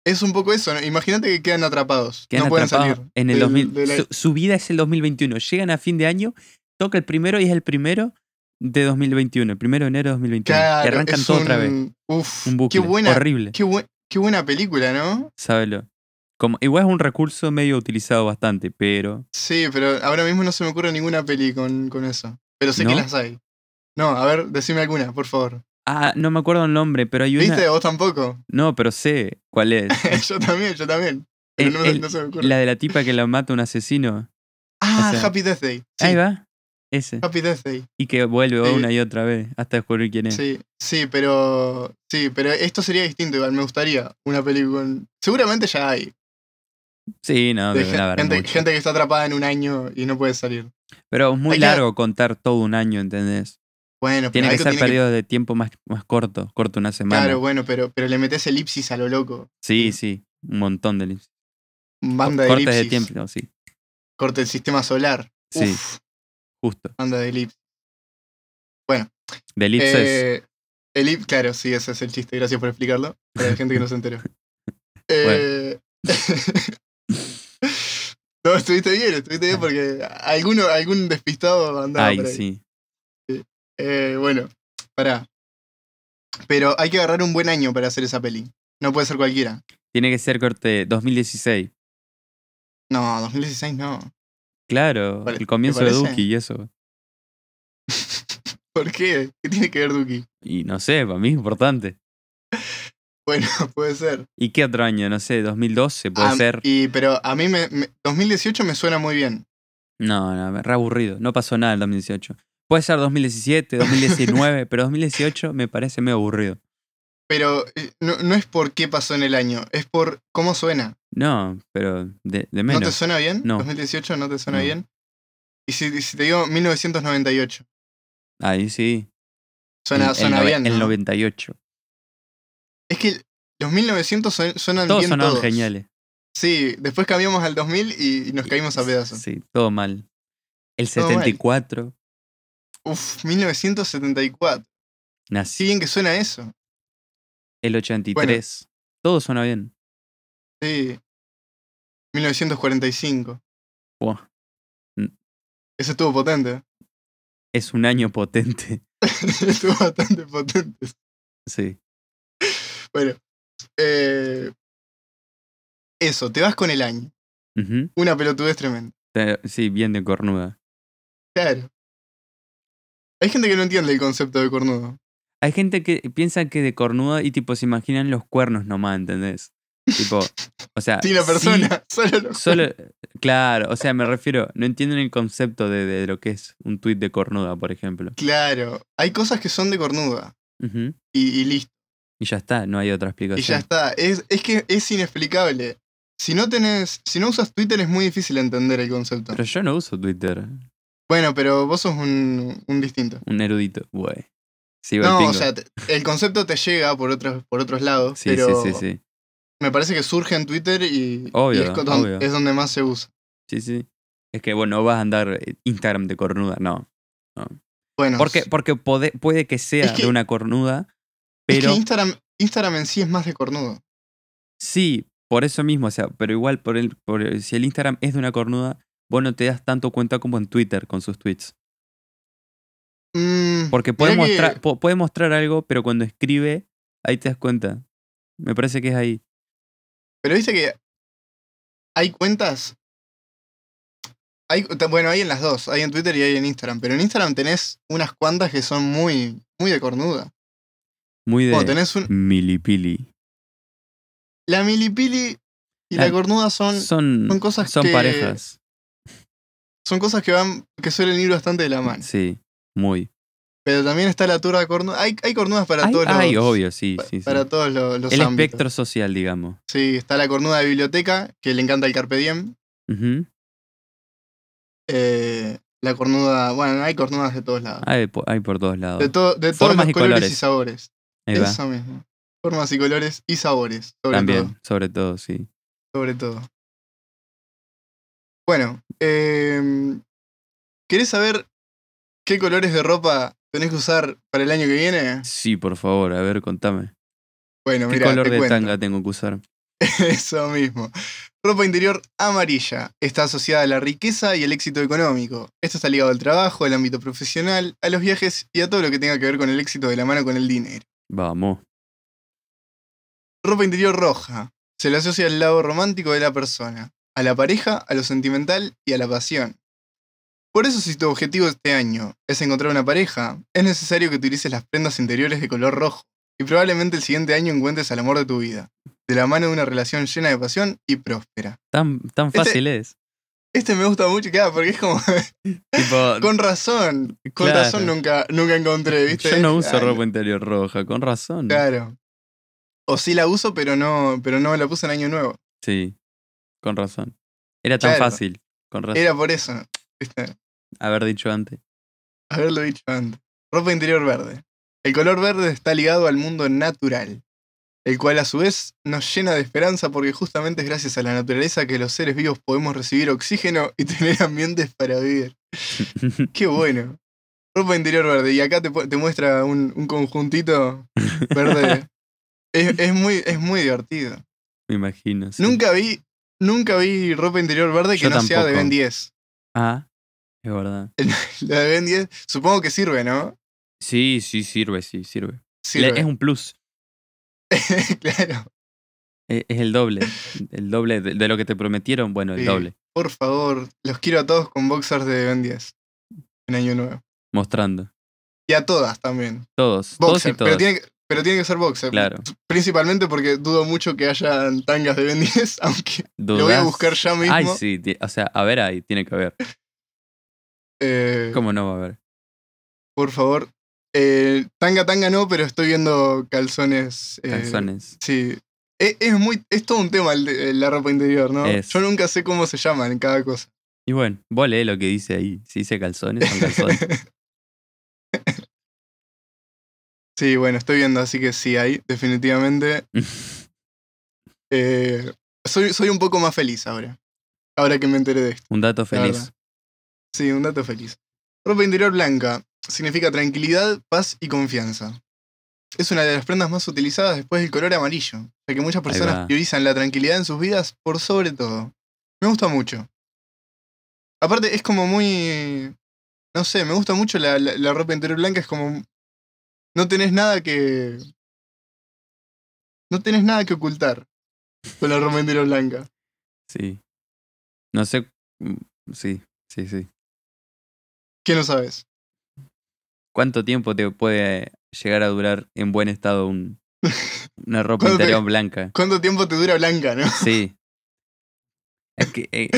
[SPEAKER 1] Es un poco eso, ¿no? imagínate que quedan atrapados.
[SPEAKER 2] Quedan
[SPEAKER 1] no pueden
[SPEAKER 2] atrapados
[SPEAKER 1] salir.
[SPEAKER 2] en el
[SPEAKER 1] del-
[SPEAKER 2] 2000.
[SPEAKER 1] de la-
[SPEAKER 2] Su, su vida es el 2021. Llegan a fin de año, toca el primero y es el primero de 2021. El primero de enero de 2021.
[SPEAKER 1] Claro,
[SPEAKER 2] y arrancan
[SPEAKER 1] es
[SPEAKER 2] todo otra vez.
[SPEAKER 1] un- Uf,
[SPEAKER 2] Un bucle.
[SPEAKER 1] qué buena,
[SPEAKER 2] Horrible.
[SPEAKER 1] qué, buen- qué buena película, ¿no?
[SPEAKER 2] Sábelo. Como, igual es un recurso medio utilizado bastante, pero
[SPEAKER 1] Sí, pero ahora mismo no se me ocurre ninguna peli con, con eso. Pero sé que
[SPEAKER 2] ¿No?
[SPEAKER 1] las hay. No, a ver, decime alguna, por favor.
[SPEAKER 2] Ah, no me acuerdo el nombre, pero hay una.
[SPEAKER 1] ¿Viste? Vos tampoco.
[SPEAKER 2] No, pero sé cuál es.
[SPEAKER 1] yo también, yo también. Pero
[SPEAKER 2] El-
[SPEAKER 1] no, me-
[SPEAKER 2] el-
[SPEAKER 1] no se me ocurre.
[SPEAKER 2] la de la tipa que la mata un asesino.
[SPEAKER 1] ah,
[SPEAKER 2] o sea,
[SPEAKER 1] Happy Death Day. Sí,
[SPEAKER 2] Ahí va. Ese.
[SPEAKER 1] Happy Death Day.
[SPEAKER 2] Y que vuelve
[SPEAKER 1] Sí.
[SPEAKER 2] una y otra vez hasta descubrir quién es.
[SPEAKER 1] Sí, sí, pero. Sí, pero esto sería distinto, igual. Me gustaría una película. con- Seguramente ya hay.
[SPEAKER 2] Sí, no,
[SPEAKER 1] de
[SPEAKER 2] deben
[SPEAKER 1] gen-
[SPEAKER 2] haber
[SPEAKER 1] gente,
[SPEAKER 2] mucho.
[SPEAKER 1] gente que está atrapada en un año y no puede salir.
[SPEAKER 2] Pero es muy
[SPEAKER 1] Hay que-
[SPEAKER 2] largo contar todo un año, ¿entendés?
[SPEAKER 1] Bueno, pero
[SPEAKER 2] Tiene que
[SPEAKER 1] algo
[SPEAKER 2] ser
[SPEAKER 1] tiene que-
[SPEAKER 2] periodo de tiempo más, más corto, corto una semana.
[SPEAKER 1] Claro, bueno, pero, pero le metes elipsis a lo loco.
[SPEAKER 2] Sí, sí, un montón de elipsis.
[SPEAKER 1] Banda de
[SPEAKER 2] cortes de
[SPEAKER 1] elipsis.
[SPEAKER 2] tiempo, sí,
[SPEAKER 1] Corta el sistema solar.
[SPEAKER 2] Sí.
[SPEAKER 1] Uf,
[SPEAKER 2] justo.
[SPEAKER 1] banda de elipsis.
[SPEAKER 2] De elipses.
[SPEAKER 1] Eh, elip- claro, sí, ese es el chiste. Gracias por explicarlo. Para la gente que no se enteró. Eh, no, estuviste bien, estuviste bien porque alguno, algún despistado andaba
[SPEAKER 2] Ay,
[SPEAKER 1] por ahí.
[SPEAKER 2] sí.
[SPEAKER 1] Eh, bueno, pará. Pero hay que agarrar un buen año para hacer esa peli. No puede ser cualquiera.
[SPEAKER 2] Tiene que ser corte 2016.
[SPEAKER 1] No, 2016 no.
[SPEAKER 2] Claro,
[SPEAKER 1] Pare-
[SPEAKER 2] el comienzo de
[SPEAKER 1] parece?
[SPEAKER 2] Duki y eso.
[SPEAKER 1] ¿Por qué? ¿Qué tiene que ver Duki?
[SPEAKER 2] Y no sé, para mí es importante.
[SPEAKER 1] Bueno, puede ser.
[SPEAKER 2] ¿Y qué otro año? No sé, 2012 puede
[SPEAKER 1] Ah,
[SPEAKER 2] ser.
[SPEAKER 1] Y, pero a mí me, me- 2018 me suena muy bien.
[SPEAKER 2] No, no, re aburrido. No pasó nada en 2018. Puede ser 2017, 2019, pero 2018 me parece medio aburrido.
[SPEAKER 1] Pero eh, no, no es por qué pasó en el año, es por cómo suena.
[SPEAKER 2] No, pero de, de
[SPEAKER 1] ¿No te
[SPEAKER 2] menos.
[SPEAKER 1] suena bien?
[SPEAKER 2] No.
[SPEAKER 1] ¿2018 no te suena
[SPEAKER 2] No.
[SPEAKER 1] bien? Y si, si te digo 1998,
[SPEAKER 2] Ahí sí.
[SPEAKER 1] suena,
[SPEAKER 2] El- el
[SPEAKER 1] suena
[SPEAKER 2] nove-
[SPEAKER 1] bien.
[SPEAKER 2] El
[SPEAKER 1] ¿no?
[SPEAKER 2] 98.
[SPEAKER 1] Es que los 1900 suen- suenan
[SPEAKER 2] Todos
[SPEAKER 1] bien
[SPEAKER 2] sonaban
[SPEAKER 1] todos.
[SPEAKER 2] geniales.
[SPEAKER 1] Sí, después cambiamos al 2000 y, y nos caímos a pedazos.
[SPEAKER 2] Sí, todo mal. El
[SPEAKER 1] Todo mal.
[SPEAKER 2] 74.
[SPEAKER 1] Uf, 1974. Sí,
[SPEAKER 2] Nací.
[SPEAKER 1] bien que suena eso.
[SPEAKER 2] El 83. Todo suena bien.
[SPEAKER 1] Sí. 1945.
[SPEAKER 2] Buah,
[SPEAKER 1] Eso estuvo potente.
[SPEAKER 2] es un año potente.
[SPEAKER 1] estuvo bastante potente.
[SPEAKER 2] Sí.
[SPEAKER 1] Bueno. eh, eso, te vas con el año.
[SPEAKER 2] Ujú.
[SPEAKER 1] Una pelotudez tremenda.
[SPEAKER 2] Te- Sí, bien de cornuda.
[SPEAKER 1] Claro. Hay gente que no entiende el concepto de cornudo.
[SPEAKER 2] Hay gente que piensa que de cornuda y tipo se imaginan los cuernos nomás, ¿entendés? Tipo, o sea.
[SPEAKER 1] Sí, la
[SPEAKER 2] Ah, sí,
[SPEAKER 1] persona. Solo lo-
[SPEAKER 2] solo, claro, o sea, me refiero, no entienden el concepto de, de lo que es un tuit de cornuda, por ejemplo.
[SPEAKER 1] Claro. Hay cosas que son de cornuda.
[SPEAKER 2] Ujú.
[SPEAKER 1] Y, y listo.
[SPEAKER 2] Y ya está, no hay otra
[SPEAKER 1] Y
[SPEAKER 2] explicación.
[SPEAKER 1] ya está. Es, es que es inexplicable. Si no tenés. Si no usas Twitter es muy difícil entender el concepto.
[SPEAKER 2] Pero yo no uso Twitter,
[SPEAKER 1] Bueno, pero vos sos un, un distinto.
[SPEAKER 2] un erudito, güey. Sí,
[SPEAKER 1] No,
[SPEAKER 2] Baltingo.
[SPEAKER 1] o sea, te- el concepto te llega por otros, por otros lados,
[SPEAKER 2] sí,
[SPEAKER 1] pero
[SPEAKER 2] sí, sí, sí.
[SPEAKER 1] me parece que surge en Twitter y, y
[SPEAKER 2] Obvio,
[SPEAKER 1] es, co- don-
[SPEAKER 2] obvio.
[SPEAKER 1] es donde más se usa.
[SPEAKER 2] Sí, sí. Es que, bueno, no vas a andar eh, Instagram de cornuda, no.
[SPEAKER 1] Bueno,
[SPEAKER 2] Porque,
[SPEAKER 1] es
[SPEAKER 2] porque pode- puede que sea
[SPEAKER 1] Es que-
[SPEAKER 2] de una cornuda,
[SPEAKER 1] que
[SPEAKER 2] pero
[SPEAKER 1] Instagram, Instagram en sí es más de cornudo.
[SPEAKER 2] sí, por eso mismo, o sea, pero igual, por el, por el- si el Instagram es de una cornuda, vos no te das tanto cuenta como en Twitter con sus tweets.
[SPEAKER 1] Mm,
[SPEAKER 2] Porque puede
[SPEAKER 1] mirá que-
[SPEAKER 2] mostrar, po- puede mostrar algo, pero cuando escribe, ahí te das cuenta. Me parece que es ahí.
[SPEAKER 1] Pero viste que hay cuentas. Hay, ta- bueno, hay en las dos, hay en Twitter y hay en Instagram. Pero en Instagram tenés unas cuantas que son muy, muy de cornuda.
[SPEAKER 2] Muy de
[SPEAKER 1] Bueno, tenés
[SPEAKER 2] Mm.
[SPEAKER 1] un,
[SPEAKER 2] milipili.
[SPEAKER 1] la milipili y la
[SPEAKER 2] Ah,
[SPEAKER 1] cornuda son,
[SPEAKER 2] Son,
[SPEAKER 1] son cosas
[SPEAKER 2] son
[SPEAKER 1] que-
[SPEAKER 2] parejas.
[SPEAKER 1] son cosas que van, que suelen ir bastante de la mano.
[SPEAKER 2] Sí, muy.
[SPEAKER 1] Pero también está la turba cornuda. Hay, hay cornudas para
[SPEAKER 2] Ay,
[SPEAKER 1] todos los.
[SPEAKER 2] ay, obvio, sí,
[SPEAKER 1] pa-
[SPEAKER 2] sí. sí.
[SPEAKER 1] Para todos los, los
[SPEAKER 2] El
[SPEAKER 1] ámbitos.
[SPEAKER 2] espectro social, digamos.
[SPEAKER 1] Sí, está la cornuda de biblioteca, que le encanta el Carpe Diem.
[SPEAKER 2] Ujú.
[SPEAKER 1] Eh, La cornuda. Bueno, hay cornudas de todos lados.
[SPEAKER 2] Hay, po- hay por todos lados.
[SPEAKER 1] Ah. De, todo, de todos
[SPEAKER 2] Ah, Formas
[SPEAKER 1] los
[SPEAKER 2] y
[SPEAKER 1] colores, y
[SPEAKER 2] colores.
[SPEAKER 1] sabores.
[SPEAKER 2] Ahí va.
[SPEAKER 1] Eso mismo. Formas y colores y sabores, sobre
[SPEAKER 2] También,
[SPEAKER 1] todo.
[SPEAKER 2] sobre todo, sí.
[SPEAKER 1] Sobre todo. Bueno, eh, ¿querés saber qué colores de ropa tenés que usar para el año que viene?
[SPEAKER 2] Sí, por favor, a ver, contame.
[SPEAKER 1] Bueno,
[SPEAKER 2] ¿Qué
[SPEAKER 1] mira,
[SPEAKER 2] color
[SPEAKER 1] te
[SPEAKER 2] de
[SPEAKER 1] cuento.
[SPEAKER 2] tanga tengo que usar?
[SPEAKER 1] Eso mismo. Ropa interior amarilla. Está asociada a la riqueza y el éxito económico. Esto está ligado al trabajo, al ámbito profesional, a los viajes y a todo lo que tenga que ver con el éxito de la mano con el dinero.
[SPEAKER 2] Vamos.
[SPEAKER 1] Ropa interior roja. Se le asocia al lado romántico de la persona, a la pareja, a lo sentimental y a la pasión. Por eso si tu objetivo este año es encontrar una pareja, es necesario que utilices las prendas interiores de color rojo y probablemente el siguiente año encuentres al amor de tu vida, de la mano de una relación llena de pasión y próspera.
[SPEAKER 2] Tan, tan
[SPEAKER 1] Este-
[SPEAKER 2] fácil es.
[SPEAKER 1] Este me gusta mucho, claro, porque es como.
[SPEAKER 2] Tipo,
[SPEAKER 1] con razón. Con
[SPEAKER 2] Claro.
[SPEAKER 1] razón nunca, nunca encontré, ¿viste?
[SPEAKER 2] yo no uso
[SPEAKER 1] Claro,
[SPEAKER 2] ropa interior roja, con razón.
[SPEAKER 1] Claro. O sí la uso, pero no, pero no la puse en Año Nuevo.
[SPEAKER 2] Sí, con razón. Era tan
[SPEAKER 1] Claro.
[SPEAKER 2] fácil, con razón.
[SPEAKER 1] Era por eso, ¿viste?
[SPEAKER 2] Haber dicho antes.
[SPEAKER 1] Haberlo dicho antes. Ropa interior verde. El color verde está ligado al mundo natural, el cual a su vez nos llena de esperanza porque justamente es gracias a la naturaleza que los seres vivos podemos recibir oxígeno y tener ambientes para vivir. Qué bueno. Ropa interior verde. Y acá te, pu- te muestra un, un conjuntito verde. es, es muy, es muy divertido.
[SPEAKER 2] Me imagino. sí.
[SPEAKER 1] Nunca vi. Nunca vi ropa interior verde que
[SPEAKER 2] Yo
[SPEAKER 1] no sea de
[SPEAKER 2] tampoco.
[SPEAKER 1] Ben 10.
[SPEAKER 2] Ah, es verdad.
[SPEAKER 1] La de Ben 10, supongo que sirve, ¿no?
[SPEAKER 2] Sí, sí, sirve, sí, sirve. Le-
[SPEAKER 1] Sirve.
[SPEAKER 2] Es un plus.
[SPEAKER 1] claro.
[SPEAKER 2] Eh, Es, es el doble. El doble de, de lo que te prometieron. Bueno, el
[SPEAKER 1] Sí.
[SPEAKER 2] doble.
[SPEAKER 1] Por favor, los quiero a todos con boxers de Ben 10 en Año Nuevo.
[SPEAKER 2] Mostrando.
[SPEAKER 1] Y a todas también. Boxers,
[SPEAKER 2] Todos. todos y
[SPEAKER 1] pero,
[SPEAKER 2] todas.
[SPEAKER 1] tiene que, pero tiene que ser boxer.
[SPEAKER 2] Claro.
[SPEAKER 1] Principalmente porque dudo mucho que hayan tangas de Ben 10, aunque lo voy a
[SPEAKER 2] ¿Dudás?
[SPEAKER 1] buscar ya mismo.
[SPEAKER 2] Ay, sí. ti- O sea, a ver ahí, tiene que haber.
[SPEAKER 1] Eh,
[SPEAKER 2] ¿Cómo no va a haber?
[SPEAKER 1] Por favor. Eh, tanga, tanga no, pero estoy viendo calzones. eh,
[SPEAKER 2] Calzones.
[SPEAKER 1] Sí. Es, es muy, es todo un tema el de- la ropa interior, ¿no?
[SPEAKER 2] Es.
[SPEAKER 1] Yo nunca sé cómo se llaman en cada cosa.
[SPEAKER 2] Y bueno, vos lees lo que dice ahí. Si dice calzones, son calzones.
[SPEAKER 1] Sí, bueno, estoy viendo, así que sí, ahí definitivamente. eh, soy, soy un poco más feliz ahora. Ahora que me enteré de esto.
[SPEAKER 2] Un dato
[SPEAKER 1] La
[SPEAKER 2] feliz.
[SPEAKER 1] verdad. Sí, un dato feliz. Ropa interior blanca significa tranquilidad, paz y confianza. Es una de las prendas más utilizadas después del color amarillo, ya que muchas personas
[SPEAKER 2] va.
[SPEAKER 1] priorizan la tranquilidad en sus vidas por sobre todo. Me gusta mucho. Aparte, es como muy. No sé, me gusta mucho la, la- la ropa interior blanca, es como. No tenés nada que. No tenés nada que ocultar con la ropa interior blanca.
[SPEAKER 2] Sí. No sé. mm, Sí, sí, sí.
[SPEAKER 1] ¿Qué no sabes?
[SPEAKER 2] ¿Cuánto tiempo te puede llegar a durar en buen estado un, una ropa
[SPEAKER 1] ¿Cuánto te-
[SPEAKER 2] interior blanca?
[SPEAKER 1] ¿Cuánto tiempo te dura blanca, no?
[SPEAKER 2] Sí. Es que, eh,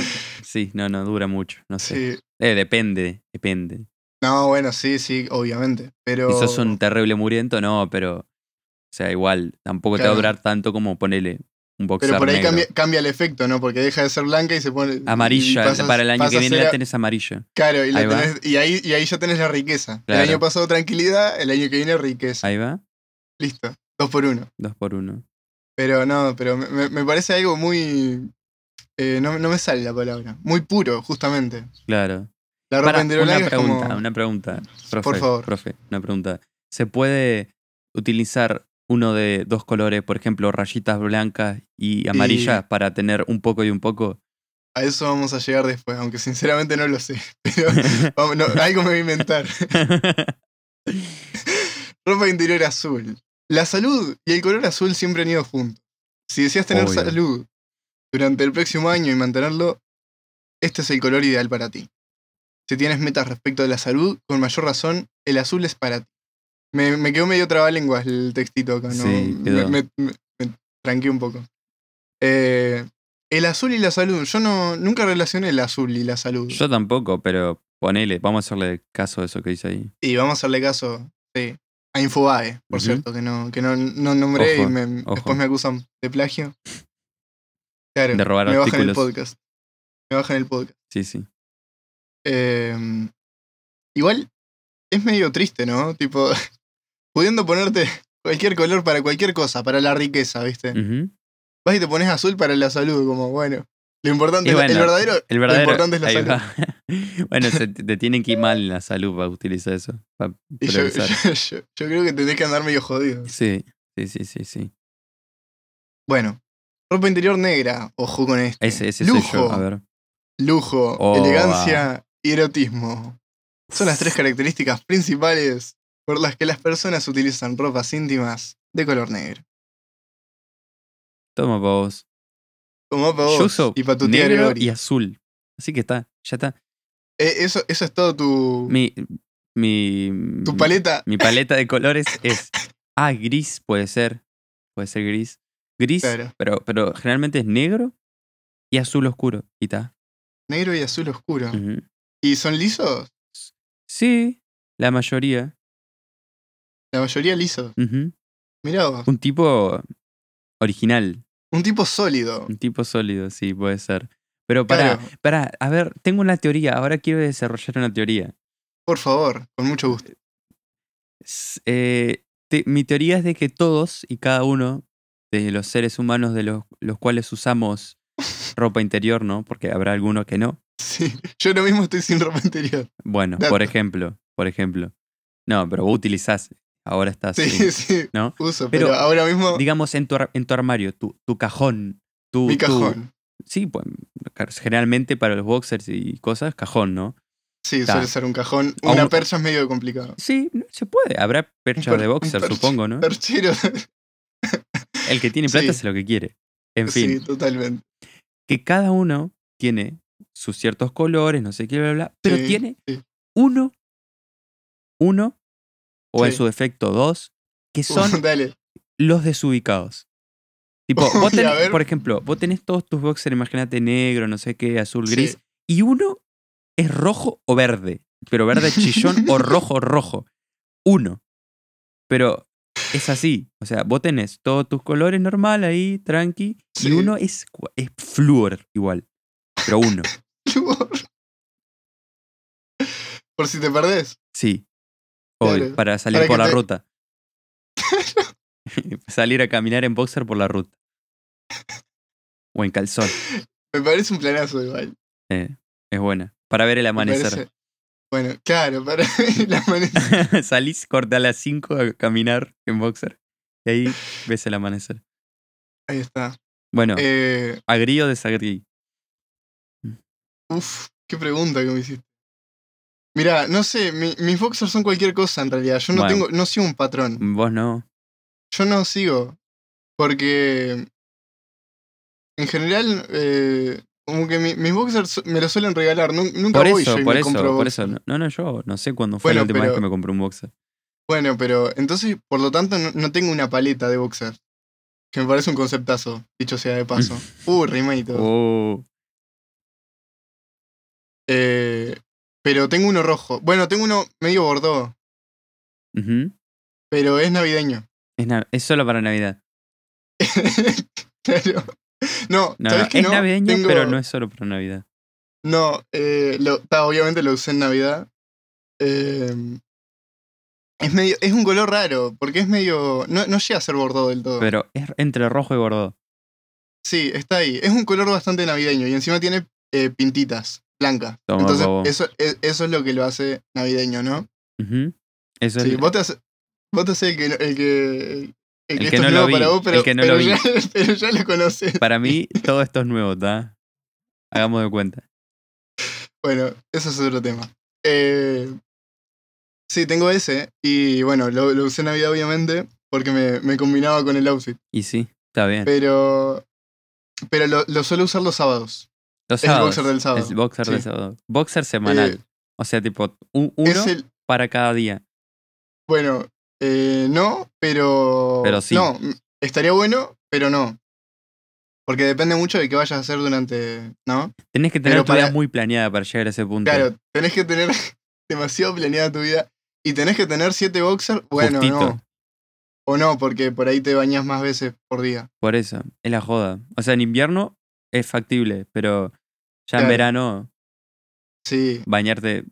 [SPEAKER 2] sí, no, no, dura mucho, no sé.
[SPEAKER 1] Sí.
[SPEAKER 2] Eh, depende, depende.
[SPEAKER 1] No, bueno, sí, sí, obviamente. Pero.
[SPEAKER 2] Si sos un terrible muriento, no, pero. O sea, igual, tampoco te va a
[SPEAKER 1] Claro.
[SPEAKER 2] durar tanto como ponerle un boxer
[SPEAKER 1] pero por ahí
[SPEAKER 2] negro.
[SPEAKER 1] cambia, cambia el efecto, ¿no? Porque deja de ser blanca y se pone.
[SPEAKER 2] Amarilla,
[SPEAKER 1] y pasa-
[SPEAKER 2] eh, para el año
[SPEAKER 1] pasa
[SPEAKER 2] que
[SPEAKER 1] a
[SPEAKER 2] viene
[SPEAKER 1] ser
[SPEAKER 2] la
[SPEAKER 1] a-
[SPEAKER 2] tenés amarilla.
[SPEAKER 1] Claro, y, la
[SPEAKER 2] Ahí va.
[SPEAKER 1] tenés- y ahí, y ahí ya tenés la riqueza. El
[SPEAKER 2] Claro.
[SPEAKER 1] año pasado tranquilidad, el año que viene riqueza.
[SPEAKER 2] Ahí va,
[SPEAKER 1] Listo. Dos por uno.
[SPEAKER 2] dos por uno.
[SPEAKER 1] Pero no, pero me- me, me parece algo muy. eh, no, no me sale la palabra. Muy puro, justamente.
[SPEAKER 2] Claro.
[SPEAKER 1] La ropa
[SPEAKER 2] Para, una
[SPEAKER 1] interior blanca
[SPEAKER 2] pregunta,
[SPEAKER 1] es como.
[SPEAKER 2] una pregunta. Profe,
[SPEAKER 1] favor.
[SPEAKER 2] Profe, una pregunta. ¿Se puede utilizar uno de dos colores, por ejemplo, rayitas blancas y amarillas, para tener un poco y un poco?
[SPEAKER 1] A eso vamos a llegar después, aunque sinceramente no lo sé. Pero vamos, no, algo me voy a inventar. Ropa interior azul. La salud y el color azul siempre han ido juntos. Si deseas tener
[SPEAKER 2] Obvio.
[SPEAKER 1] salud durante el próximo año y mantenerlo, este es el color ideal para ti. Si tienes metas respecto de la salud, con mayor razón, el azul es para ti. Me, me quedó medio trabalenguas el textito acá, ¿no?
[SPEAKER 2] Sí,
[SPEAKER 1] me,
[SPEAKER 2] quedó.
[SPEAKER 1] me, me- me tranqué un poco. Eh, el azul y la salud. Yo no nunca relacioné el azul y la salud.
[SPEAKER 2] Yo tampoco, pero ponele, vamos a hacerle caso a eso que dice ahí.
[SPEAKER 1] Y vamos a hacerle caso sí, a Infobae, por
[SPEAKER 2] Ujú.
[SPEAKER 1] cierto, que no, que no, no nombré y
[SPEAKER 2] Ojo,
[SPEAKER 1] me-
[SPEAKER 2] ojo.
[SPEAKER 1] después me acusan de plagio. Claro,
[SPEAKER 2] De robar
[SPEAKER 1] me bajan el
[SPEAKER 2] artículos.
[SPEAKER 1] podcast. Me bajan el podcast.
[SPEAKER 2] Sí, sí.
[SPEAKER 1] Eh, Igual es medio triste, ¿no? Tipo, pudiendo ponerte cualquier color para cualquier cosa, para la riqueza, ¿viste?
[SPEAKER 2] Ujú.
[SPEAKER 1] Vas y te pones azul para la salud, como bueno. Lo importante
[SPEAKER 2] Y
[SPEAKER 1] es la-
[SPEAKER 2] bueno,
[SPEAKER 1] el verdadero.
[SPEAKER 2] El verdadero.
[SPEAKER 1] Lo importante es la
[SPEAKER 2] ahí
[SPEAKER 1] salud.
[SPEAKER 2] va. bueno, se te te tienen que ir mal en la salud para utilizar eso. pa-
[SPEAKER 1] Y yo,
[SPEAKER 2] priorizar.
[SPEAKER 1] yo- yo- yo creo que tenés que andar medio jodido.
[SPEAKER 2] Sí, sí, sí, sí, sí.
[SPEAKER 1] Bueno, ropa interior negra, ojo con esto.
[SPEAKER 2] Ese, ese soy yo.
[SPEAKER 1] Lujo.
[SPEAKER 2] A ver.
[SPEAKER 1] Lujo,
[SPEAKER 2] Oh,
[SPEAKER 1] elegancia y erotismo. Son las tres características principales por las que las personas utilizan ropas íntimas de color negro.
[SPEAKER 2] Toma para vos.
[SPEAKER 1] Como para
[SPEAKER 2] Yo
[SPEAKER 1] vos
[SPEAKER 2] uso
[SPEAKER 1] y para tu tía
[SPEAKER 2] negro
[SPEAKER 1] Gregory.
[SPEAKER 2] y azul. Así que está, ya está.
[SPEAKER 1] Eh, eso, eso es todo tu,
[SPEAKER 2] Mi, mi,
[SPEAKER 1] tu paleta.
[SPEAKER 2] Mi paleta de colores es. Ah, gris puede ser. Puede ser gris. Gris,
[SPEAKER 1] Claro.
[SPEAKER 2] pero, pero generalmente es negro y azul oscuro. Y está.
[SPEAKER 1] Negro y azul oscuro.
[SPEAKER 2] Ujú.
[SPEAKER 1] ¿Y son lisos?
[SPEAKER 2] Sí, la mayoría.
[SPEAKER 1] La mayoría lisos.
[SPEAKER 2] Ujú.
[SPEAKER 1] Mirá vos.
[SPEAKER 2] Un tipo original.
[SPEAKER 1] Un tipo sólido.
[SPEAKER 2] Un tipo sólido, sí, puede ser. Pero para,
[SPEAKER 1] Claro.
[SPEAKER 2] para, a ver, tengo una teoría. Ahora quiero desarrollar una teoría.
[SPEAKER 1] Por favor, con mucho gusto.
[SPEAKER 2] s- eh, te- mi teoría es de que todos y cada uno de los seres humanos de los, los cuales usamos ropa interior, ¿no? Porque habrá algunos que no.
[SPEAKER 1] Sí, yo ahora mismo estoy sin ropa interior.
[SPEAKER 2] Bueno,
[SPEAKER 1] Dato.
[SPEAKER 2] por ejemplo, por ejemplo. No, pero vos utilizás, ahora estás.
[SPEAKER 1] Sí,
[SPEAKER 2] sin-
[SPEAKER 1] sí,
[SPEAKER 2] ¿no?
[SPEAKER 1] uso,
[SPEAKER 2] Pero
[SPEAKER 1] pero, ahora mismo
[SPEAKER 2] Digamos en tu, ar- en tu armario, tu, tu cajón. Tu,
[SPEAKER 1] mi
[SPEAKER 2] tu-
[SPEAKER 1] cajón.
[SPEAKER 2] sí, pues, generalmente para los boxers y cosas, cajón, ¿no?
[SPEAKER 1] Sí,
[SPEAKER 2] Ta.
[SPEAKER 1] suele ser un cajón.
[SPEAKER 2] A
[SPEAKER 1] Una
[SPEAKER 2] un-
[SPEAKER 1] percha es medio complicado.
[SPEAKER 2] Sí, no, se puede. Habrá perchas
[SPEAKER 1] per-
[SPEAKER 2] de
[SPEAKER 1] un
[SPEAKER 2] boxer,
[SPEAKER 1] perch-
[SPEAKER 2] supongo, ¿no?
[SPEAKER 1] Perchero,
[SPEAKER 2] El que tiene plata
[SPEAKER 1] sí.
[SPEAKER 2] hace lo que quiere. En fin.
[SPEAKER 1] sí, totalmente.
[SPEAKER 2] que cada uno tiene sus ciertos colores, no sé qué, bla, bla, bla, pero
[SPEAKER 1] Sí,
[SPEAKER 2] tiene
[SPEAKER 1] sí.
[SPEAKER 2] uno, uno, o en
[SPEAKER 1] Sí.
[SPEAKER 2] su defecto dos, que son
[SPEAKER 1] Uh, dale.
[SPEAKER 2] los desubicados. Tipo, vos
[SPEAKER 1] Uy, a
[SPEAKER 2] tenés-
[SPEAKER 1] ver.
[SPEAKER 2] por ejemplo, vos tenés todos tus boxers, imagínate negro, no sé qué, azul,
[SPEAKER 1] Sí.
[SPEAKER 2] gris, y uno es rojo o verde, pero verde chillón o rojo, rojo. Uno. Pero es así, o sea, vos tenés todos tus colores normal ahí, tranqui,
[SPEAKER 1] Sí.
[SPEAKER 2] y uno es, cua- es flúor igual, pero uno,
[SPEAKER 1] Por si te perdés.
[SPEAKER 2] sí. Hoy,
[SPEAKER 1] Claro,
[SPEAKER 2] para salir
[SPEAKER 1] para
[SPEAKER 2] por
[SPEAKER 1] que
[SPEAKER 2] la
[SPEAKER 1] te-
[SPEAKER 2] ruta. salir a caminar en boxer por la ruta. O en calzón.
[SPEAKER 1] Me parece un planazo igual.
[SPEAKER 2] Eh, es buena. Para ver el
[SPEAKER 1] Me
[SPEAKER 2] amanecer.
[SPEAKER 1] parece- Bueno, claro, para el amanecer.
[SPEAKER 2] Salís, corta a las 5 a caminar en boxer. Y ahí ves el amanecer.
[SPEAKER 1] Ahí está.
[SPEAKER 2] Bueno,
[SPEAKER 1] Eh,
[SPEAKER 2] agrí o desagrí.
[SPEAKER 1] uf, qué pregunta que me hiciste. Mirá, no sé, mi- mis boxers son cualquier cosa en realidad. Yo no
[SPEAKER 2] Bueno.
[SPEAKER 1] tengo, no sigo un patrón.
[SPEAKER 2] Vos no.
[SPEAKER 1] Yo no sigo. Porque. En general, eh, como que mi- mis boxers su- me los suelen regalar. nun- Nunca
[SPEAKER 2] Por
[SPEAKER 1] voy
[SPEAKER 2] eso,
[SPEAKER 1] yo y
[SPEAKER 2] por
[SPEAKER 1] me
[SPEAKER 2] eso,
[SPEAKER 1] compro
[SPEAKER 2] por
[SPEAKER 1] boxers.
[SPEAKER 2] eso. No, no, yo no sé cuándo fue la
[SPEAKER 1] Bueno,
[SPEAKER 2] última vez
[SPEAKER 1] pero-
[SPEAKER 2] que me compré un boxer.
[SPEAKER 1] Bueno, pero entonces, por lo tanto, no, no tengo una paleta de boxers. Que me parece un conceptazo, dicho sea de paso. uh, rima y todo.
[SPEAKER 2] Oh,
[SPEAKER 1] Eh, pero tengo uno rojo. Bueno, tengo uno medio bordeaux,
[SPEAKER 2] ujú.
[SPEAKER 1] pero es navideño.
[SPEAKER 2] es, na- es solo para Navidad.
[SPEAKER 1] Claro. No,
[SPEAKER 2] No,
[SPEAKER 1] ¿sabes
[SPEAKER 2] no,
[SPEAKER 1] que
[SPEAKER 2] es
[SPEAKER 1] no?
[SPEAKER 2] navideño,
[SPEAKER 1] Tengo-
[SPEAKER 2] pero no es solo para Navidad.
[SPEAKER 1] No, eh, lo, ta, obviamente lo usé en Navidad. Eh, es medio, es un color raro, porque es medio. No, no llega a ser bordado del todo.
[SPEAKER 2] Pero es entre rojo y bordeaux.
[SPEAKER 1] Sí, está ahí. Es un color bastante navideño y encima tiene eh, pintitas blancas.
[SPEAKER 2] Toma,
[SPEAKER 1] Entonces,
[SPEAKER 2] bobo.
[SPEAKER 1] eso es, eso es lo que lo hace navideño, ¿no?
[SPEAKER 2] Ujú. Eso
[SPEAKER 1] Sí,
[SPEAKER 2] es.
[SPEAKER 1] vos te haces vos te haces el que, no- el que, el que
[SPEAKER 2] que
[SPEAKER 1] esto
[SPEAKER 2] no
[SPEAKER 1] es
[SPEAKER 2] lo
[SPEAKER 1] nuevo
[SPEAKER 2] vi,
[SPEAKER 1] para vos, pero,
[SPEAKER 2] el que no lo
[SPEAKER 1] pero,
[SPEAKER 2] vi.
[SPEAKER 1] ya, pero ya lo conoces.
[SPEAKER 2] Para mí, todo esto es nuevo, ¿está? Hagamos de cuenta.
[SPEAKER 1] Bueno, eso es otro tema. Eh, sí, tengo ese. Y bueno, lo, lo usé en Navidad, obviamente, porque me, me combinaba con el outfit.
[SPEAKER 2] Y sí, está bien.
[SPEAKER 1] Pero. Pero lo, lo suelo usar los sábados.
[SPEAKER 2] Los
[SPEAKER 1] el
[SPEAKER 2] sábados,
[SPEAKER 1] boxer del sábado,
[SPEAKER 2] Es boxer del
[SPEAKER 1] sí.
[SPEAKER 2] sábado. Boxer semanal.
[SPEAKER 1] Eh,
[SPEAKER 2] o sea, tipo, un, uno
[SPEAKER 1] es el.
[SPEAKER 2] para cada día.
[SPEAKER 1] Bueno, eh, no, pero.
[SPEAKER 2] Pero sí.
[SPEAKER 1] No, m- estaría bueno, pero no. Porque depende mucho de qué vayas a hacer durante. ¿No?
[SPEAKER 2] Tenés que tener
[SPEAKER 1] Pero
[SPEAKER 2] tu vida
[SPEAKER 1] para-
[SPEAKER 2] muy planeada para llegar a ese punto.
[SPEAKER 1] Claro, tenés que tener demasiado planeada tu vida. Y tenés que tener siete boxers. Bueno,
[SPEAKER 2] Justito.
[SPEAKER 1] no. O no, porque por ahí te bañas más veces por día.
[SPEAKER 2] Por eso, es la joda. O sea, en invierno es factible, pero ya en
[SPEAKER 1] Claro.
[SPEAKER 2] verano
[SPEAKER 1] Sí,
[SPEAKER 2] bañarte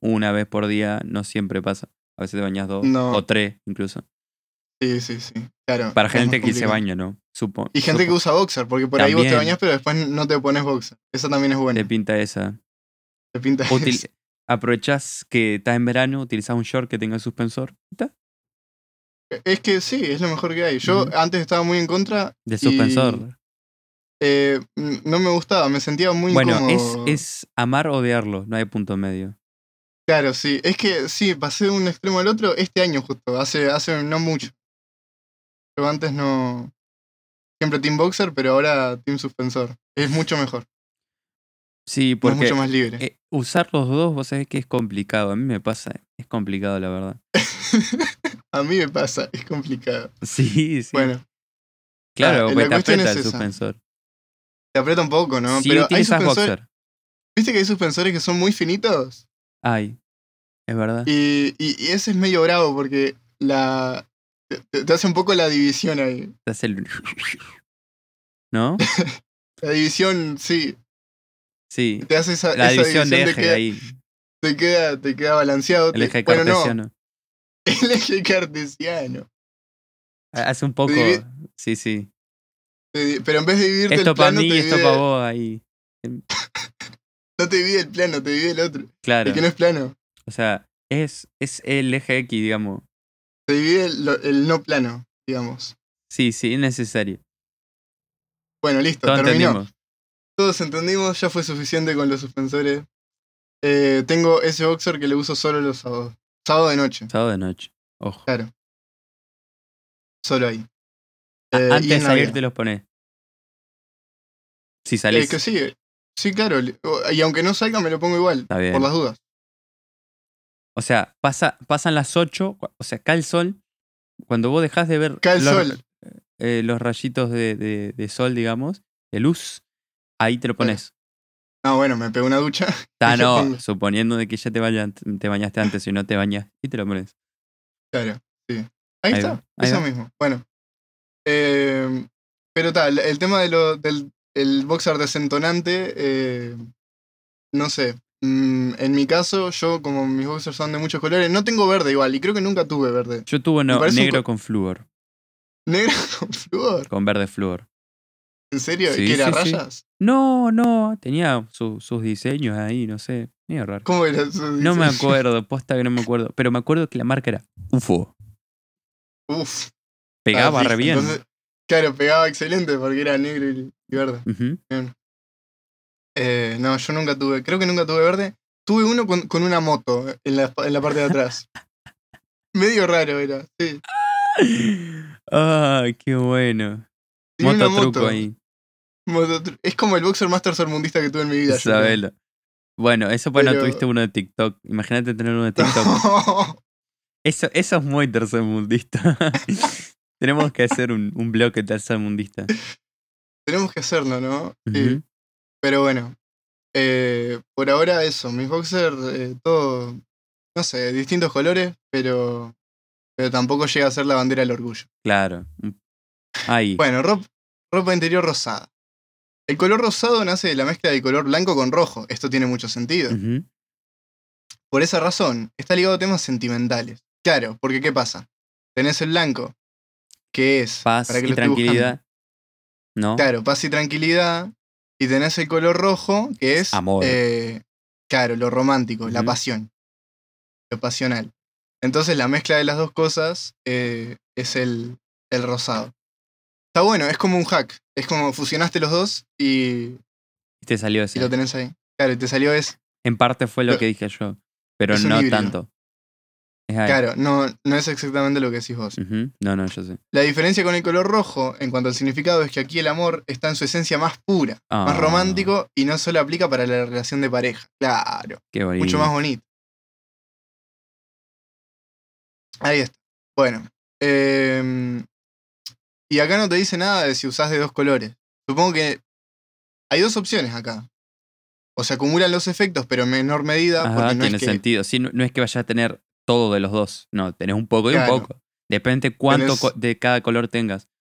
[SPEAKER 2] una vez por día no siempre pasa. A veces te bañas dos
[SPEAKER 1] No.
[SPEAKER 2] o tres incluso.
[SPEAKER 1] Sí, sí, sí. Claro.
[SPEAKER 2] Para
[SPEAKER 1] es más
[SPEAKER 2] gente que se
[SPEAKER 1] complicado.
[SPEAKER 2] baña, ¿no? Supo,
[SPEAKER 1] Y gente que
[SPEAKER 2] supo-
[SPEAKER 1] usa boxer, porque por ahí vos te
[SPEAKER 2] También.
[SPEAKER 1] bañas, pero después no te pones boxer. Esa también es buena.
[SPEAKER 2] te pinta esa.
[SPEAKER 1] Te pinta
[SPEAKER 2] Util-
[SPEAKER 1] eso.
[SPEAKER 2] aprovechás que estás en verano, utilizás un short que tenga suspensor. ¿Está?
[SPEAKER 1] Es que sí, es lo mejor que hay. Yo
[SPEAKER 2] Ujú.
[SPEAKER 1] antes estaba muy en contra.
[SPEAKER 2] De
[SPEAKER 1] Y-
[SPEAKER 2] suspensor.
[SPEAKER 1] eh, mm, no me gustaba, me sentía muy
[SPEAKER 2] Bueno, es,
[SPEAKER 1] incómodo.
[SPEAKER 2] es amar o odiarlo, no hay punto medio.
[SPEAKER 1] Claro, sí. Es que sí, pasé de un extremo al otro este año justo, hace, hace no mucho. Yo antes no... Siempre Team Boxer, pero ahora Team Suspensor. Es mucho mejor,
[SPEAKER 2] Sí,
[SPEAKER 1] es
[SPEAKER 2] porque
[SPEAKER 1] mucho más libre.
[SPEAKER 2] eh, usar los dos, vos sabés que es complicado. A mí me pasa, es complicado la verdad.
[SPEAKER 1] A mí me pasa, es complicado.
[SPEAKER 2] Sí, sí.
[SPEAKER 1] Bueno,
[SPEAKER 2] claro,
[SPEAKER 1] ah,
[SPEAKER 2] porque
[SPEAKER 1] la
[SPEAKER 2] te
[SPEAKER 1] cuestión
[SPEAKER 2] aprieta
[SPEAKER 1] es
[SPEAKER 2] el
[SPEAKER 1] esa.
[SPEAKER 2] suspensor.
[SPEAKER 1] te aprieta un poco, ¿no?
[SPEAKER 2] si
[SPEAKER 1] pero hay
[SPEAKER 2] tienes esas
[SPEAKER 1] suspensores...
[SPEAKER 2] boxer.
[SPEAKER 1] ¿Viste que hay suspensores que son muy finitos?
[SPEAKER 2] Ay, es verdad.
[SPEAKER 1] Y, y- y ese es medio bravo porque la... Te, te hace un poco la división ahí.
[SPEAKER 2] Te hace el- ¿No?
[SPEAKER 1] La división, sí.
[SPEAKER 2] Sí.
[SPEAKER 1] Te hace esa,
[SPEAKER 2] La
[SPEAKER 1] esa
[SPEAKER 2] división de eje
[SPEAKER 1] te queda,
[SPEAKER 2] ahí.
[SPEAKER 1] te queda, te queda balanceado.
[SPEAKER 2] El
[SPEAKER 1] te-
[SPEAKER 2] eje
[SPEAKER 1] bueno, no,
[SPEAKER 2] cartesiano.
[SPEAKER 1] El eje cartesiano.
[SPEAKER 2] Hace un poco.
[SPEAKER 1] Divi-
[SPEAKER 2] Sí, sí.
[SPEAKER 1] Te di- Pero en vez de dividirte
[SPEAKER 2] Esto
[SPEAKER 1] el
[SPEAKER 2] para
[SPEAKER 1] plano,
[SPEAKER 2] mí,
[SPEAKER 1] te
[SPEAKER 2] esto
[SPEAKER 1] divide-
[SPEAKER 2] para vos ahí.
[SPEAKER 1] no te divide el plano, te divide el otro.
[SPEAKER 2] Claro.
[SPEAKER 1] El que no es plano.
[SPEAKER 2] O sea, es, es el eje X, digamos.
[SPEAKER 1] Te divide el, lo- el no plano, digamos.
[SPEAKER 2] Sí, sí, es necesario.
[SPEAKER 1] Bueno, listo,
[SPEAKER 2] Todos
[SPEAKER 1] terminó.
[SPEAKER 2] entendimos.
[SPEAKER 1] Todos entendimos, ya fue suficiente con los suspensores. Eh, tengo ese boxer que le uso solo los sábados. Sábado de noche,
[SPEAKER 2] Sábado de noche. Ojo.
[SPEAKER 1] claro. Solo ahí.
[SPEAKER 2] A-
[SPEAKER 1] Eh,
[SPEAKER 2] Ah, Antes
[SPEAKER 1] y
[SPEAKER 2] de
[SPEAKER 1] en
[SPEAKER 2] salir
[SPEAKER 1] Navidad.
[SPEAKER 2] te los pones. Si
[SPEAKER 1] Eh,
[SPEAKER 2] salís,
[SPEAKER 1] que sí, eh, sí, claro. le- Y aunque no salga, me lo pongo igual,
[SPEAKER 2] está bien.
[SPEAKER 1] por las dudas.
[SPEAKER 2] O sea, pasa, pasan las 8, cu- o sea, cae el sol. Cuando vos dejás de ver
[SPEAKER 1] Cae el
[SPEAKER 2] los,
[SPEAKER 1] sol.
[SPEAKER 2] eh, los rayitos de, de- de sol, digamos, de luz, ahí te lo pones.
[SPEAKER 1] No, bueno, me pego una ducha.
[SPEAKER 2] Ta,
[SPEAKER 1] yo
[SPEAKER 2] no,
[SPEAKER 1] pongo.
[SPEAKER 2] suponiendo de que ya te, bañan- te bañaste antes y no te bañas, y te lo pones.
[SPEAKER 1] Claro, sí. Ahí,
[SPEAKER 2] Ahí
[SPEAKER 1] está,
[SPEAKER 2] va, ahí
[SPEAKER 1] eso
[SPEAKER 2] va.
[SPEAKER 1] mismo. Bueno. Eh, pero tal, el tema de lo, del el boxer desentonante, eh, no sé. Mm, en mi caso, yo como mis boxers son de muchos colores, no tengo verde igual, y creo que nunca tuve verde.
[SPEAKER 2] Yo tuve uno
[SPEAKER 1] parece un
[SPEAKER 2] negro
[SPEAKER 1] co-
[SPEAKER 2] con flúor,
[SPEAKER 1] Negro con flúor,
[SPEAKER 2] con verde flúor.
[SPEAKER 1] ¿en serio?
[SPEAKER 2] Sí,
[SPEAKER 1] ¿Y que era
[SPEAKER 2] sí, sí.
[SPEAKER 1] rayas?
[SPEAKER 2] No, no, tenía su- sus diseños ahí, no sé, medio raro.
[SPEAKER 1] ¿Cómo era eso?
[SPEAKER 2] No me
[SPEAKER 1] Dice-
[SPEAKER 2] acuerdo, posta que no me acuerdo, pero me acuerdo que la marca era UFO.
[SPEAKER 1] Uf.
[SPEAKER 2] Pegaba
[SPEAKER 1] ah,
[SPEAKER 2] re
[SPEAKER 1] listo,
[SPEAKER 2] bien.
[SPEAKER 1] entonces- claro, pegaba excelente porque era negro y- y verde.
[SPEAKER 2] Ujú.
[SPEAKER 1] Eh, no, yo nunca tuve, creo que nunca tuve verde. Tuve uno con, con una moto en la, en la parte de atrás. Medio raro era, sí.
[SPEAKER 2] Ah, qué bueno.
[SPEAKER 1] Tenía una
[SPEAKER 2] Moto truco
[SPEAKER 1] moto.
[SPEAKER 2] ahí.
[SPEAKER 1] Mototru- es como el boxer más tercermundista que tuve en mi vida. yo creo.
[SPEAKER 2] Isabela. Bueno, eso bueno,
[SPEAKER 1] Pero-
[SPEAKER 2] tuviste uno de TikTok. Imagínate tener uno de TikTok. Eso, eso es muy tercermundista. Tenemos que hacer un, un bloque tercermundista.
[SPEAKER 1] Tenemos que hacerlo, ¿no? Sí.
[SPEAKER 2] Ujú.
[SPEAKER 1] Pero bueno, eh, por ahora eso. Mis boxers, eh, todo, no sé, distintos colores, pero, pero tampoco llega a ser la bandera del orgullo.
[SPEAKER 2] Claro. Ahí.
[SPEAKER 1] Bueno, ropa, ropa interior rosada. El color rosado nace de la mezcla del color blanco con rojo. Esto tiene mucho sentido.
[SPEAKER 2] Ujú.
[SPEAKER 1] Por esa razón, está ligado a temas sentimentales. Claro, porque ¿qué pasa? Tenés el blanco, que es...
[SPEAKER 2] Paz
[SPEAKER 1] para que
[SPEAKER 2] y
[SPEAKER 1] lo estoy buscando.
[SPEAKER 2] tranquilidad. ¿No?
[SPEAKER 1] Claro, paz y tranquilidad. Y tenés el color rojo, que es...
[SPEAKER 2] Amor.
[SPEAKER 1] eh, claro, lo romántico, la
[SPEAKER 2] Ujú.
[SPEAKER 1] pasión. Lo pasional. Entonces la mezcla de las dos cosas eh, es el, el rosado. Está bueno, es como un hack. Es como fusionaste los dos y,
[SPEAKER 2] Y Te salió
[SPEAKER 1] y
[SPEAKER 2] ese.
[SPEAKER 1] lo tenés ahí. Claro, y te salió es
[SPEAKER 2] En parte fue lo
[SPEAKER 1] Lo-
[SPEAKER 2] que dije yo, pero
[SPEAKER 1] es un
[SPEAKER 2] no
[SPEAKER 1] híbrido.
[SPEAKER 2] tanto. Es ahí.
[SPEAKER 1] Claro, no, no es exactamente lo que decís vos.
[SPEAKER 2] Ujú. No, no, yo sé.
[SPEAKER 1] La diferencia con el color rojo en cuanto al significado es que aquí el amor está en su esencia más pura,
[SPEAKER 2] Ah,
[SPEAKER 1] más romántico y no solo aplica para la relación de pareja. Claro,
[SPEAKER 2] Qué bonito.
[SPEAKER 1] mucho más bonito. Ahí está. Bueno. em, y acá no te dice nada de si usás de dos colores. Supongo que hay dos opciones acá. O se acumulan los efectos, pero en menor medida,
[SPEAKER 2] Ajá,
[SPEAKER 1] porque no
[SPEAKER 2] tiene
[SPEAKER 1] es que
[SPEAKER 2] sentido. Sí, no, no es que vayas a tener todo de los dos. No, tenés un poco y
[SPEAKER 1] Claro.
[SPEAKER 2] un poco. Depende cuánto
[SPEAKER 1] Tenés-
[SPEAKER 2] co- de cada color tengas. Mm.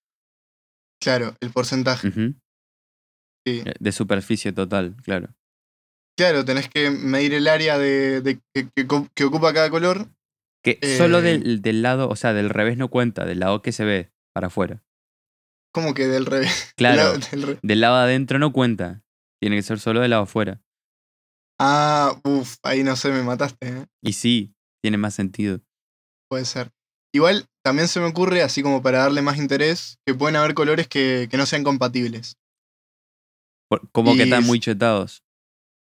[SPEAKER 1] Claro, el porcentaje.
[SPEAKER 2] Ujú. Eh,
[SPEAKER 1] Sí.
[SPEAKER 2] De superficie total, claro.
[SPEAKER 1] Claro, tenés que medir el área de, de- que, que- que ocupa cada color.
[SPEAKER 2] Que
[SPEAKER 1] Eh.
[SPEAKER 2] solo del, del lado, o sea, del revés no cuenta, del lado que se ve para afuera.
[SPEAKER 1] Como que del revés.
[SPEAKER 2] Claro,
[SPEAKER 1] Del- del re-
[SPEAKER 2] del lado adentro no cuenta. Tiene que ser solo del lado afuera.
[SPEAKER 1] Ah, uff, ahí no sé, me mataste, ¿eh?
[SPEAKER 2] Y sí, tiene más sentido.
[SPEAKER 1] Puede ser. Igual, también se me ocurre, así como para darle más interés, que pueden haber colores que, que no sean compatibles.
[SPEAKER 2] Por- como que
[SPEAKER 1] Y
[SPEAKER 2] están
[SPEAKER 1] s-
[SPEAKER 2] muy chetados.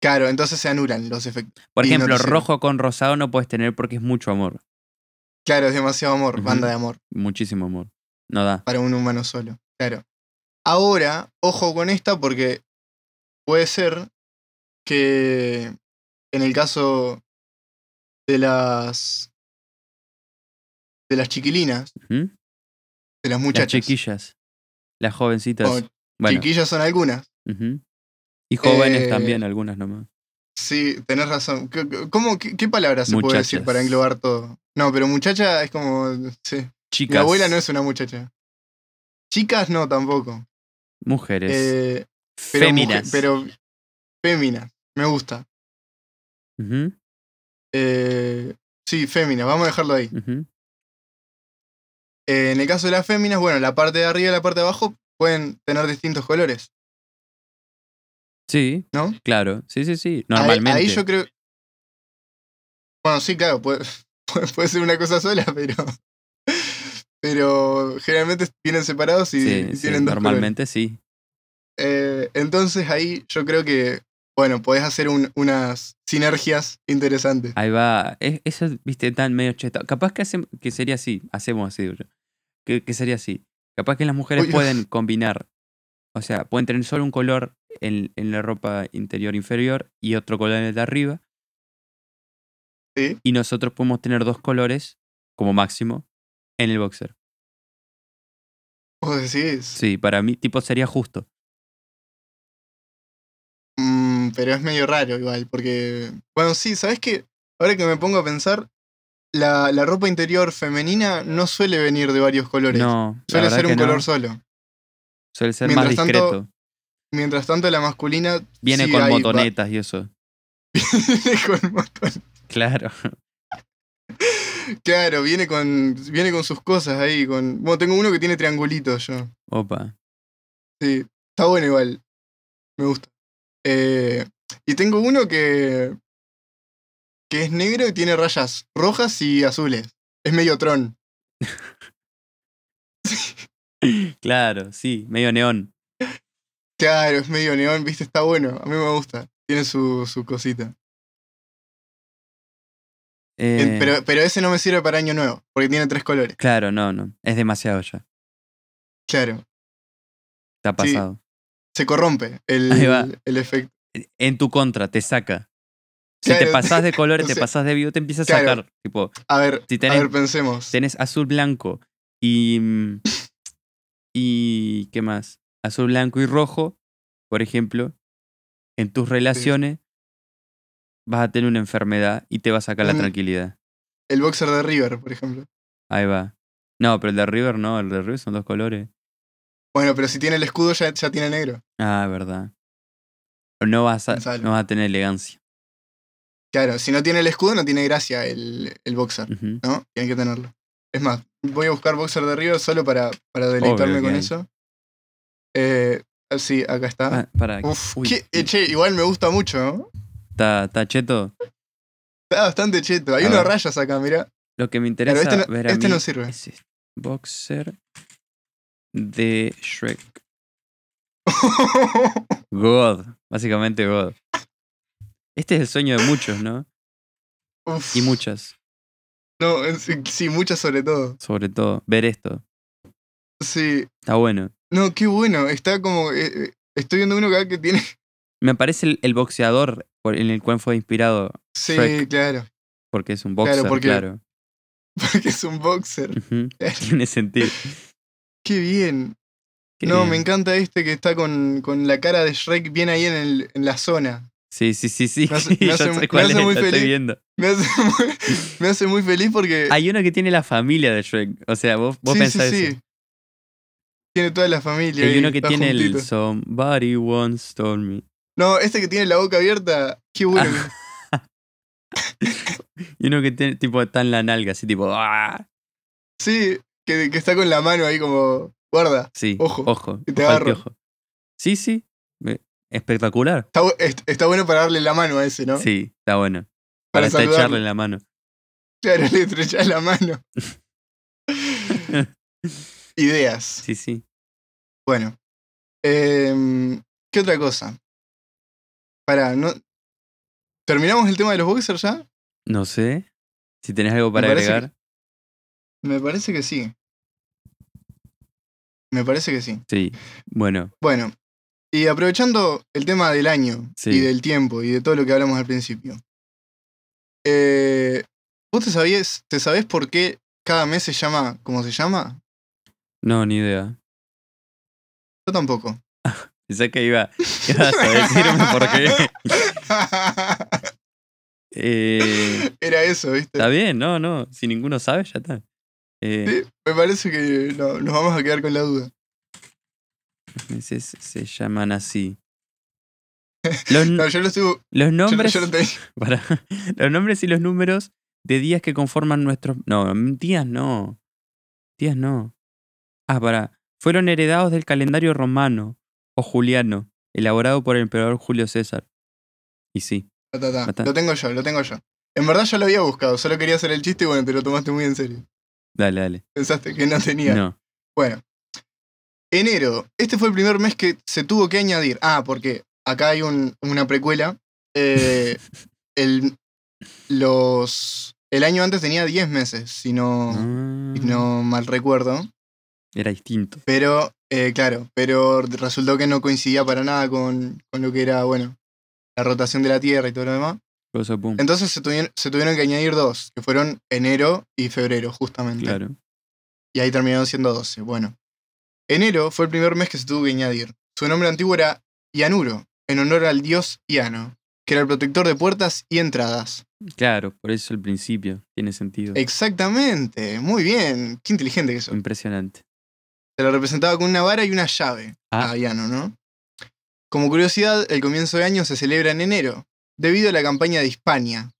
[SPEAKER 1] Claro, entonces se anulan los efectos.
[SPEAKER 2] Por
[SPEAKER 1] y no
[SPEAKER 2] ejemplo,
[SPEAKER 1] te sirve.
[SPEAKER 2] rojo con rosado no puedes tener porque es mucho amor.
[SPEAKER 1] Claro, es demasiado amor,
[SPEAKER 2] Ujú.
[SPEAKER 1] banda de amor,
[SPEAKER 2] Muchísimo amor. No da.
[SPEAKER 1] para un humano solo. Claro. Ahora, ojo con esta porque puede ser que en el caso de las de las chiquilinas,
[SPEAKER 2] Ujú.
[SPEAKER 1] de las
[SPEAKER 2] Las
[SPEAKER 1] muchachas.
[SPEAKER 2] chiquillas. Las jovencitas.
[SPEAKER 1] o
[SPEAKER 2] bueno.
[SPEAKER 1] Chiquillas son algunas.
[SPEAKER 2] ujú. Y jóvenes
[SPEAKER 1] Eh,
[SPEAKER 2] también, algunas nomás.
[SPEAKER 1] Sí, tenés razón. ¿Qué- qué- ¿Cómo, qué, qué palabra se puede decir
[SPEAKER 2] Muchachas.
[SPEAKER 1] para englobar todo? No, pero muchacha es como. Sí.
[SPEAKER 2] Chicas.
[SPEAKER 1] Mi abuela no es una muchacha. Chicas no tampoco.
[SPEAKER 2] Mujeres.
[SPEAKER 1] Eh, pero
[SPEAKER 2] féminas.
[SPEAKER 1] mujer- pero féminas. Me gusta.
[SPEAKER 2] Ujú,
[SPEAKER 1] Eh, sí, féminas. Vamos a dejarlo ahí.
[SPEAKER 2] ujú.
[SPEAKER 1] Eh, en el caso de las féminas, bueno, la parte de arriba y la parte de abajo pueden tener distintos colores,
[SPEAKER 2] Sí,
[SPEAKER 1] ¿no?
[SPEAKER 2] claro. Sí, sí, sí.
[SPEAKER 1] Ahí-
[SPEAKER 2] Normalmente.
[SPEAKER 1] Ahí, yo creo. Bueno, sí, claro, puede, puede- puede ser una cosa sola, pero. Pero generalmente vienen separados y,
[SPEAKER 2] Sí,
[SPEAKER 1] y
[SPEAKER 2] sí,
[SPEAKER 1] tienen dos colores.
[SPEAKER 2] normalmente sí.
[SPEAKER 1] Eh, entonces ahí yo creo que, bueno, podés hacer un- unas sinergias interesantes.
[SPEAKER 2] Ahí va. Es- eso, viste, tan medio cheta. Capaz que, hacem- que sería así. Hacemos así, digo yo. Que, que sería así. Capaz que las mujeres
[SPEAKER 1] Uy.
[SPEAKER 2] pueden combinar. O sea, pueden tener solo un color en, en la ropa interior inferior y otro color en el de arriba.
[SPEAKER 1] Sí.
[SPEAKER 2] Y nosotros podemos tener dos colores, como máximo, en el boxer.
[SPEAKER 1] ¿Vos decís?
[SPEAKER 2] Sí, para mí, tipo, sería justo.
[SPEAKER 1] Mm, pero es medio raro igual, porque... Bueno, sí, ¿sabés qué? Ahora que me pongo a pensar, la, la ropa interior femenina no suele venir de varios colores.
[SPEAKER 2] No, la
[SPEAKER 1] suele
[SPEAKER 2] verdad
[SPEAKER 1] ser un
[SPEAKER 2] que no.
[SPEAKER 1] color solo.
[SPEAKER 2] Suele ser más
[SPEAKER 1] Mientras
[SPEAKER 2] discreto.
[SPEAKER 1] tanto, Mientras tanto, la masculina...
[SPEAKER 2] Viene
[SPEAKER 1] sí,
[SPEAKER 2] con
[SPEAKER 1] ahí va-
[SPEAKER 2] botonetas y eso.
[SPEAKER 1] Viene con moton-
[SPEAKER 2] Claro.
[SPEAKER 1] Claro, viene con, viene con sus cosas ahí. Con... Bueno, tengo uno que tiene triangulitos yo.
[SPEAKER 2] Opa.
[SPEAKER 1] Sí, está bueno igual. Me gusta. Eh, y tengo uno que. que es negro y tiene rayas rojas y azules. Es medio tron.
[SPEAKER 2] Claro, sí, medio neón.
[SPEAKER 1] Claro, es medio neón, viste, está bueno. A mí me gusta. Tiene su, su cosita. En-
[SPEAKER 2] Eh,
[SPEAKER 1] Pero, pero ese no me sirve para año nuevo, porque tiene tres colores.
[SPEAKER 2] Claro, no, no. Es demasiado ya.
[SPEAKER 1] Claro.
[SPEAKER 2] Está
[SPEAKER 1] Sí.
[SPEAKER 2] pasado.
[SPEAKER 1] Se corrompe el,
[SPEAKER 2] Ahí va.
[SPEAKER 1] el efecto.
[SPEAKER 2] En tu contra, te saca. Si te
[SPEAKER 1] Claro,
[SPEAKER 2] pasás de color,
[SPEAKER 1] o
[SPEAKER 2] te
[SPEAKER 1] sea,
[SPEAKER 2] pasás de vivo, te empieza a
[SPEAKER 1] claro.
[SPEAKER 2] sacar. Tipo,
[SPEAKER 1] A ver,
[SPEAKER 2] si
[SPEAKER 1] a
[SPEAKER 2] tenés,
[SPEAKER 1] ver, pensemos.
[SPEAKER 2] tenés azul blanco y. mm, y. ¿qué más? Azul blanco y rojo, por ejemplo, en tus relaciones vas a tener una enfermedad y te va a sacar la
[SPEAKER 1] Un-
[SPEAKER 2] tranquilidad.
[SPEAKER 1] El boxer de River, por ejemplo.
[SPEAKER 2] Ahí va. No, pero el de River no, el de River son dos colores.
[SPEAKER 1] Bueno, pero si tiene el escudo ya, ya tiene negro.
[SPEAKER 2] Ah, es verdad. No vas, a,
[SPEAKER 1] Gonzalo.
[SPEAKER 2] no vas a tener elegancia.
[SPEAKER 1] Claro, si no tiene el escudo no tiene gracia el, el boxer.
[SPEAKER 2] Ujú.
[SPEAKER 1] ¿no? Tienen que tenerlo. Es más, voy a buscar Boxer de River solo para, para
[SPEAKER 2] Obvio
[SPEAKER 1] deleitarme
[SPEAKER 2] que
[SPEAKER 1] con
[SPEAKER 2] hay.
[SPEAKER 1] eso. Eh, ah, sí, acá está.
[SPEAKER 2] Ah, para.
[SPEAKER 1] Uf,
[SPEAKER 2] Uy,
[SPEAKER 1] qué- eh, che, igual me gusta mucho, ¿no?
[SPEAKER 2] ta- tacheto.
[SPEAKER 1] Está bastante cheto. Hay
[SPEAKER 2] A
[SPEAKER 1] unas
[SPEAKER 2] ver.
[SPEAKER 1] rayas acá, mirá.
[SPEAKER 2] Lo que me
[SPEAKER 1] Pero
[SPEAKER 2] interesa
[SPEAKER 1] este no,
[SPEAKER 2] ver a
[SPEAKER 1] este
[SPEAKER 2] mí
[SPEAKER 1] no sirve.
[SPEAKER 2] es este boxer de Shrek. God. Básicamente God. Este es el sueño de muchos, ¿no?
[SPEAKER 1] Uf,
[SPEAKER 2] Y muchas,
[SPEAKER 1] no, es- sí, muchas sobre todo.
[SPEAKER 2] sobre todo. Ver esto.
[SPEAKER 1] Sí.
[SPEAKER 2] Está bueno.
[SPEAKER 1] No, qué bueno. Está como. eh, eh, estoy viendo uno acá que tiene.
[SPEAKER 2] Me parece el, el boxeador por- en el cual fue inspirado,
[SPEAKER 1] Sí,
[SPEAKER 2] Shrek.
[SPEAKER 1] claro.
[SPEAKER 2] porque es un boxer, claro.
[SPEAKER 1] porque- Porque es un boxer.
[SPEAKER 2] Ujú. Tiene sentido.
[SPEAKER 1] Qué bien.
[SPEAKER 2] Qué
[SPEAKER 1] no,
[SPEAKER 2] bien.
[SPEAKER 1] me encanta este que está con, con la cara de Shrek bien ahí en, el, en la zona.
[SPEAKER 2] Sí, sí, sí, sí.
[SPEAKER 1] Me hace- me
[SPEAKER 2] ya
[SPEAKER 1] hace-
[SPEAKER 2] sé
[SPEAKER 1] me
[SPEAKER 2] cuál
[SPEAKER 1] hace
[SPEAKER 2] es,
[SPEAKER 1] muy
[SPEAKER 2] lo estoy
[SPEAKER 1] feliz.
[SPEAKER 2] viendo.
[SPEAKER 1] Me hace muy, me hace muy feliz porque.
[SPEAKER 2] Hay uno que tiene la familia de Shrek. O sea, vos, vos
[SPEAKER 1] sí, sí,
[SPEAKER 2] pensás eso.
[SPEAKER 1] sí. Tiene toda la familia.
[SPEAKER 2] Y hay
[SPEAKER 1] ahí,
[SPEAKER 2] uno que
[SPEAKER 1] está
[SPEAKER 2] tiene el
[SPEAKER 1] juntito.
[SPEAKER 2] Somebody Once Told Me.
[SPEAKER 1] No, este que tiene la boca abierta, qué bueno. que-
[SPEAKER 2] Ah. Y uno que tiene, tipo, está en la nalga, así tipo. ¡ah!
[SPEAKER 1] Sí, que, que está con la mano ahí como, guarda.
[SPEAKER 2] Sí,
[SPEAKER 1] Ojo,
[SPEAKER 2] ojo. Ojo,
[SPEAKER 1] que te
[SPEAKER 2] al
[SPEAKER 1] agarro.
[SPEAKER 2] piojo. Sí, sí. eh, Espectacular.
[SPEAKER 1] Está, bu- est- está bueno para darle la mano a ese, ¿no?
[SPEAKER 2] Sí, está bueno.
[SPEAKER 1] para
[SPEAKER 2] Para hasta echarle
[SPEAKER 1] saludarle.
[SPEAKER 2] en la mano.
[SPEAKER 1] Claro, le estrechás la mano. Ideas.
[SPEAKER 2] Sí, sí.
[SPEAKER 1] Bueno. em, ¿Qué otra cosa? Pará, no. ¿Terminamos el tema de los boxers ya?
[SPEAKER 2] No sé. Si tenés algo para
[SPEAKER 1] parece que-
[SPEAKER 2] agregar.
[SPEAKER 1] Me parece que sí. Me parece que sí.
[SPEAKER 2] Sí. Bueno,
[SPEAKER 1] Bueno, y aprovechando el tema del año
[SPEAKER 2] Sí.
[SPEAKER 1] y del tiempo y de todo lo que hablamos al principio. eh, ¿Vos te sabías, te sabés por qué cada mes se llama como se llama?
[SPEAKER 2] no, ni idea.
[SPEAKER 1] Yo tampoco.
[SPEAKER 2] Pensé que iba, ibas a decirme por qué. Eh,
[SPEAKER 1] Era eso, ¿viste?
[SPEAKER 2] está bien, no, no. Si ninguno sabe, ya está. Eh,
[SPEAKER 1] Me parece que no- nos vamos a quedar con la duda.
[SPEAKER 2] los meses se llaman así. Los,
[SPEAKER 1] No, yo lo estoy. bu-
[SPEAKER 2] los
[SPEAKER 1] Yo,
[SPEAKER 2] nombres.
[SPEAKER 1] yo lo tenía.
[SPEAKER 2] Pará. los nombres y los números de días que conforman nuestros. No, días no. Días no. Ah, pará. Fueron heredados del calendario romano o juliano, elaborado por el emperador Julio César. Y sí.
[SPEAKER 1] Ta, ta, ta.
[SPEAKER 2] Basta.
[SPEAKER 1] Lo tengo yo, lo tengo yo. En verdad yo lo había buscado, solo quería hacer el chiste y bueno, te lo tomaste muy en serio.
[SPEAKER 2] Dale, dale.
[SPEAKER 1] Pensaste que no tenía.
[SPEAKER 2] No.
[SPEAKER 1] Bueno. Enero. Este fue el primer mes que se tuvo que añadir. Ah, porque acá hay un- una precuela. Eh, el, los, el año antes tenía 10 meses, si no, si
[SPEAKER 2] Ah,
[SPEAKER 1] no mal recuerdo.
[SPEAKER 2] Era distinto.
[SPEAKER 1] Pero, eh, claro, pero resultó que no coincidía para nada con, con lo que era, bueno, la rotación de la Tierra y todo lo demás.
[SPEAKER 2] Cosa pum.
[SPEAKER 1] Entonces se tuvieron, se tuvieron que añadir dos, que fueron enero y febrero, justamente.
[SPEAKER 2] Claro.
[SPEAKER 1] Y ahí terminaron siendo 12. Bueno. Enero fue el primer mes que se tuvo que añadir. Su nombre antiguo era Ianuro, en honor al dios Iano, que era el protector de puertas y entradas.
[SPEAKER 2] Claro, por eso el principio. Tiene sentido.
[SPEAKER 1] Exactamente, muy bien. Qué inteligente que eso.
[SPEAKER 2] Impresionante.
[SPEAKER 1] Se lo representaba con una vara y una llave
[SPEAKER 2] Ah.
[SPEAKER 1] a Iano, ¿no? Como curiosidad, el comienzo de año se celebra en enero, debido a la campaña de Hispania.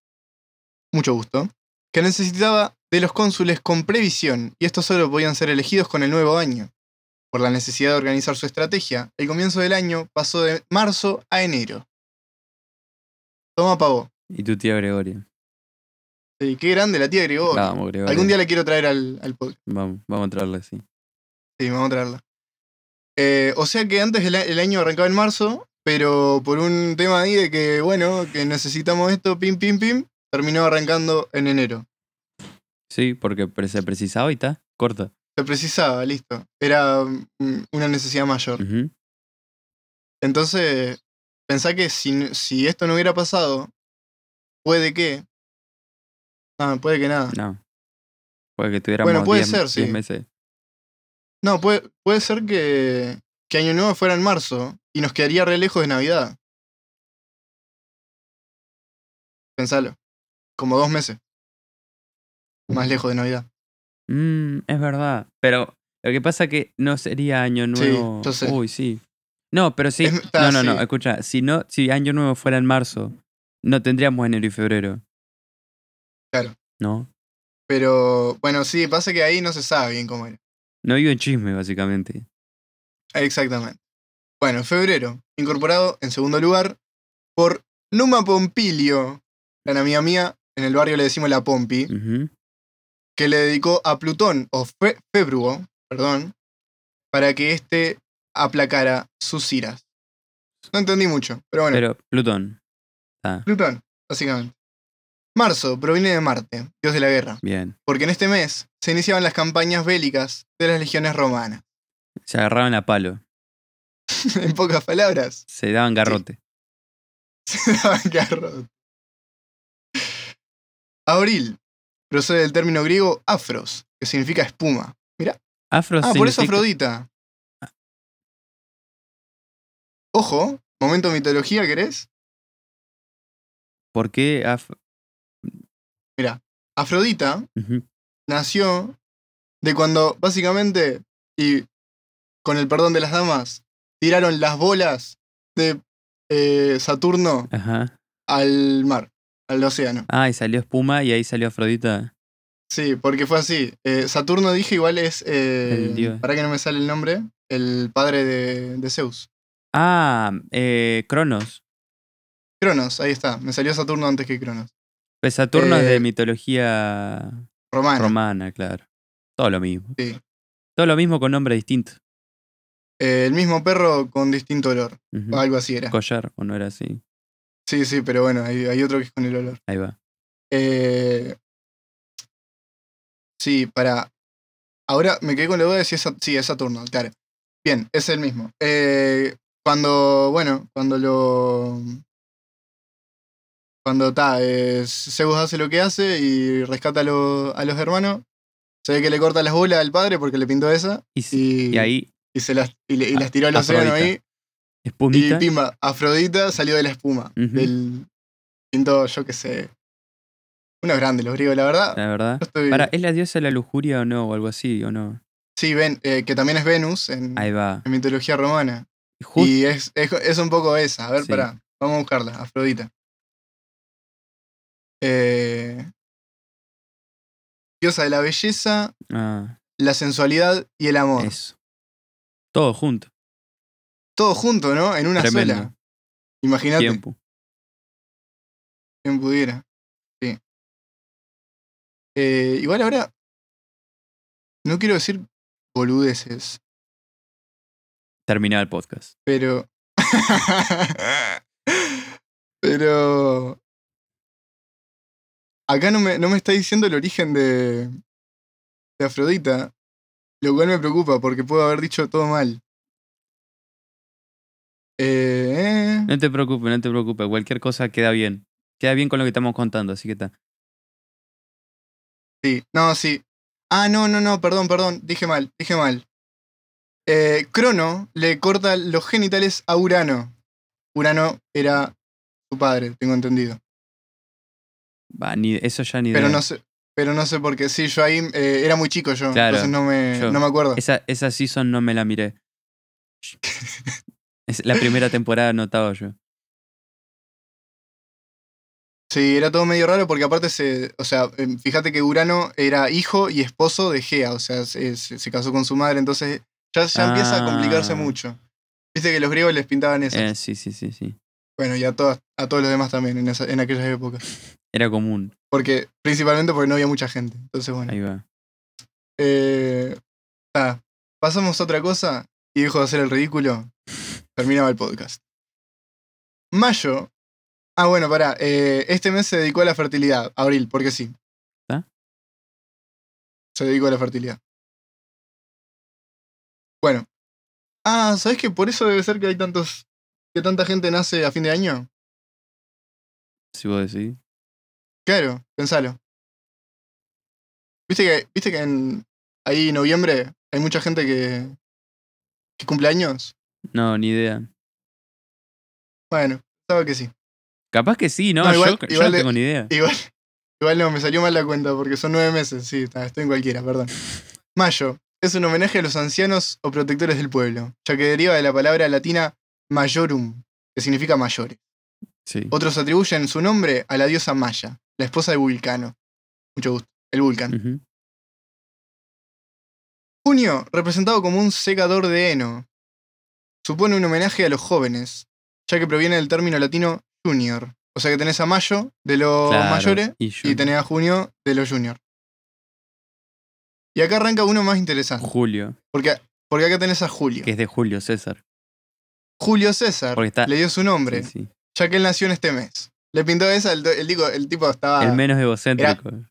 [SPEAKER 1] Mucho gusto. Que necesitaba de los cónsules con previsión, y estos solo podían ser elegidos con el nuevo año. Por la necesidad de organizar su estrategia, el comienzo del año pasó de marzo a enero. Toma pavo.
[SPEAKER 2] Y tu tía Gregoria.
[SPEAKER 1] Sí, qué grande la tía Gregorio.
[SPEAKER 2] Vamos, Gregoria.
[SPEAKER 1] Oh, Algún día la quiero traer al, al podcast.
[SPEAKER 2] Vamos, vamos a entrarle, sí.
[SPEAKER 1] Sí, vamos a traerla. Eh, o sea que antes el, a- el año arrancaba en marzo, pero por un tema ahí de que, bueno, que necesitamos esto, pim, pim, pim, terminó arrancando en enero.
[SPEAKER 2] Sí, porque pre- se precisaba y está. Corta.
[SPEAKER 1] Se precisaba, listo. Era mm, una necesidad mayor.
[SPEAKER 2] Ujú.
[SPEAKER 1] Entonces, pensá que si, n- si esto no hubiera pasado, puede que... Ah, puede que nada.
[SPEAKER 2] No. Puede que tuviéramos
[SPEAKER 1] Bueno, puede
[SPEAKER 2] 10
[SPEAKER 1] ser,
[SPEAKER 2] 10
[SPEAKER 1] sí.
[SPEAKER 2] meses.
[SPEAKER 1] No, puede, puede ser que, que Año Nuevo fuera en marzo y nos quedaría re lejos de Navidad. Pensalo. Como dos meses. Más lejos de Navidad.
[SPEAKER 2] Mm, es verdad. Pero lo que pasa que no sería año nuevo.
[SPEAKER 1] yo sé.
[SPEAKER 2] Uy, sí. No, pero sí.
[SPEAKER 1] Es- está,
[SPEAKER 2] no, no, no.
[SPEAKER 1] sí.
[SPEAKER 2] Escucha, si no, si año nuevo fuera en marzo, no tendríamos enero y febrero.
[SPEAKER 1] Claro.
[SPEAKER 2] No.
[SPEAKER 1] Pero bueno, sí, pasa que ahí no se sabe bien cómo era.
[SPEAKER 2] No vivo en chisme, básicamente.
[SPEAKER 1] Exactamente. Bueno, febrero, incorporado en segundo lugar por Numa Pompilio, gran amiga mía, en el barrio le decimos la Pompi,
[SPEAKER 2] Ujú.
[SPEAKER 1] que le dedicó a Plutón, o Fe- Februo, perdón, para que éste aplacara sus iras. No entendí mucho, pero bueno,
[SPEAKER 2] Pero Plutón. Ah,
[SPEAKER 1] Plutón, básicamente. Marzo proviene de Marte, dios de la guerra,
[SPEAKER 2] bien.
[SPEAKER 1] porque en este mes se iniciaban las campañas bélicas de las legiones romanas.
[SPEAKER 2] Se agarraban a palo.
[SPEAKER 1] en pocas palabras,
[SPEAKER 2] Se daban garrote.
[SPEAKER 1] se daban garrote. Abril procede del término griego afros, que significa espuma.
[SPEAKER 2] Afro
[SPEAKER 1] Ah, por eso
[SPEAKER 2] significa-
[SPEAKER 1] Afrodita. Ojo, momento mitología, ¿querés?
[SPEAKER 2] ¿Por qué Af-
[SPEAKER 1] Afrodita
[SPEAKER 2] Ujú.
[SPEAKER 1] nació de cuando básicamente, y con el perdón de las damas, tiraron las bolas de eh, Saturno
[SPEAKER 2] Ajá.
[SPEAKER 1] al mar, al océano.
[SPEAKER 2] Ah, y salió espuma y ahí salió Afrodita.
[SPEAKER 1] Sí, porque fue así. Eh, Saturno dije igual es. eh,
[SPEAKER 2] El dios.
[SPEAKER 1] para que no me sale el nombre. El padre de, de Zeus.
[SPEAKER 2] Ah, eh, Cronos.
[SPEAKER 1] Cronos, ahí está. Me salió Saturno antes que Cronos.
[SPEAKER 2] Pues Saturno es de
[SPEAKER 1] Eh,
[SPEAKER 2] mitología
[SPEAKER 1] Romano.
[SPEAKER 2] romana, claro. Todo lo mismo.
[SPEAKER 1] Sí.
[SPEAKER 2] Todo lo mismo con nombre distinto.
[SPEAKER 1] Eh, el mismo perro con distinto olor.
[SPEAKER 2] Ujú.
[SPEAKER 1] o Algo así era.
[SPEAKER 2] Collar, o no era así.
[SPEAKER 1] Sí, sí, pero bueno, hay, hay otro que es con el olor.
[SPEAKER 2] Ahí va.
[SPEAKER 1] Eh, sí, para. Ahora me quedé con la duda de si es, Sat- sí, es Saturno, claro. Bien, es el mismo. Eh, cuando, bueno, cuando lo. Cuando está, Zeus hace lo que hace y rescata a, lo- a los hermanos. Se ve que le corta las bolas al padre porque le pintó esa
[SPEAKER 2] Y, s-
[SPEAKER 1] y,
[SPEAKER 2] y ahí,
[SPEAKER 1] y se las, y le- y
[SPEAKER 2] A-
[SPEAKER 1] las tiró al océano
[SPEAKER 2] Afrodita.
[SPEAKER 1] ahí. Y
[SPEAKER 2] espumita.
[SPEAKER 1] pimba, Afrodita salió de la espuma.
[SPEAKER 2] Ujú.
[SPEAKER 1] Del pinto, yo qué sé. Unos grandes los griegos, la verdad.
[SPEAKER 2] La verdad.
[SPEAKER 1] Yo estoy-
[SPEAKER 2] Para, ¿es la diosa de la lujuria o no? O algo así, o no.
[SPEAKER 1] Sí, ven, eh, que también es Venus en,
[SPEAKER 2] Ahí va.
[SPEAKER 1] en mitología romana.
[SPEAKER 2] Justo.
[SPEAKER 1] Mm, Y es, es, es un poco esa. A ver,
[SPEAKER 2] Sí.
[SPEAKER 1] pará. Vamos a buscarla, Afrodita. Eh, diosa de la belleza,
[SPEAKER 2] Ah,
[SPEAKER 1] la sensualidad y el amor.
[SPEAKER 2] eso. Todo junto.
[SPEAKER 1] Todo junto, ¿no? En una
[SPEAKER 2] Tremendo.
[SPEAKER 1] sola. Imagínate,
[SPEAKER 2] Tiempo.
[SPEAKER 1] quien pudiera. Sí. Eh, igual ahora. No quiero decir boludeces,
[SPEAKER 2] Terminado el podcast.
[SPEAKER 1] Pero. pero. Acá no me, no me está diciendo el origen de. de Afrodita. Lo cual me preocupa porque puedo haber dicho todo mal. Eh,
[SPEAKER 2] No te preocupes, no te preocupes. Cualquier cosa queda bien. Queda bien con lo que estamos contando, así que está.
[SPEAKER 1] sí, no, sí. Ah, no, no, no, perdón, perdón. Dije mal, dije mal. Eh, Crono le corta los genitales a Urano. Urano era su padre, tengo entendido.
[SPEAKER 2] Va, ni, eso ya ni
[SPEAKER 1] Pero
[SPEAKER 2] idea.
[SPEAKER 1] no sé, pero no sé por qué. Sí, yo ahí eh, era muy chico yo,
[SPEAKER 2] Claro,
[SPEAKER 1] entonces no me,
[SPEAKER 2] yo.
[SPEAKER 1] no me acuerdo.
[SPEAKER 2] Esa, esa season no me la miré. Es la primera temporada no estaba yo.
[SPEAKER 1] Sí, era todo medio raro porque aparte se, o sea, em, fíjate que Urano era hijo y esposo de Gea, o sea, se, se- se casó con su madre, entonces ya, ya empieza a complicarse
[SPEAKER 2] Ah.
[SPEAKER 1] mucho. Viste que los griegos les pintaban eso.
[SPEAKER 2] Eh, sí, sí, sí, sí.
[SPEAKER 1] Bueno, y a, todas, a todos los demás también en, esa- en aquellas épocas.
[SPEAKER 2] Era común.
[SPEAKER 1] Porque, principalmente porque no había mucha gente. Entonces, bueno.
[SPEAKER 2] Ahí va.
[SPEAKER 1] Eh, ta, pasamos a otra cosa y dejo de hacer el ridículo. Terminaba el podcast. Mayo. Ah, bueno, pará. eh, este mes se dedicó a la fertilidad. Abril, porque sí.
[SPEAKER 2] ¿Ah?
[SPEAKER 1] Se dedicó a la fertilidad. Bueno. Ah, ¿sabes que por eso debe ser que hay tantos. que tanta gente nace a fin de año?
[SPEAKER 2] Si vos decís.
[SPEAKER 1] Claro, pensalo. Viste que, viste que en, ahí en noviembre hay mucha gente que, que cumple años.
[SPEAKER 2] No, ni idea.
[SPEAKER 1] Bueno, pensaba que sí.
[SPEAKER 2] Capaz que sí, ¿no?
[SPEAKER 1] No,
[SPEAKER 2] Yo-
[SPEAKER 1] igual-
[SPEAKER 2] yo,
[SPEAKER 1] igual
[SPEAKER 2] no
[SPEAKER 1] de-
[SPEAKER 2] tengo ni idea.
[SPEAKER 1] Igual, igual no, me salió mal la cuenta porque son nueve meses. Sí, está, estoy en cualquiera, perdón. Mayo. Es un homenaje a los ancianos o protectores del pueblo, ya que deriva de la palabra latina majorum, que significa mayores.
[SPEAKER 2] Sí.
[SPEAKER 1] Otros atribuyen su nombre a la diosa Maya, la esposa de Vulcano. Mucho gusto. El Vulcano.
[SPEAKER 2] Ujú.
[SPEAKER 1] Junio, representado como un secador de heno, supone un homenaje a los jóvenes, ya que proviene del término latino junior. O sea que tenés a mayo de los
[SPEAKER 2] Claro.
[SPEAKER 1] mayores
[SPEAKER 2] Y, yo-
[SPEAKER 1] y tenés a junio de los junior. Y acá arranca uno más interesante,
[SPEAKER 2] Julio,
[SPEAKER 1] porque, porque acá tenés a Julio.
[SPEAKER 2] que es de Julio César.
[SPEAKER 1] Julio César
[SPEAKER 2] Porque está-
[SPEAKER 1] le dio su nombre,
[SPEAKER 2] Sí, sí.
[SPEAKER 1] ya que él nació en este mes. Le pintó esa, el, el digo- el tipo estaba...
[SPEAKER 2] El menos egocéntrico.
[SPEAKER 1] Ah,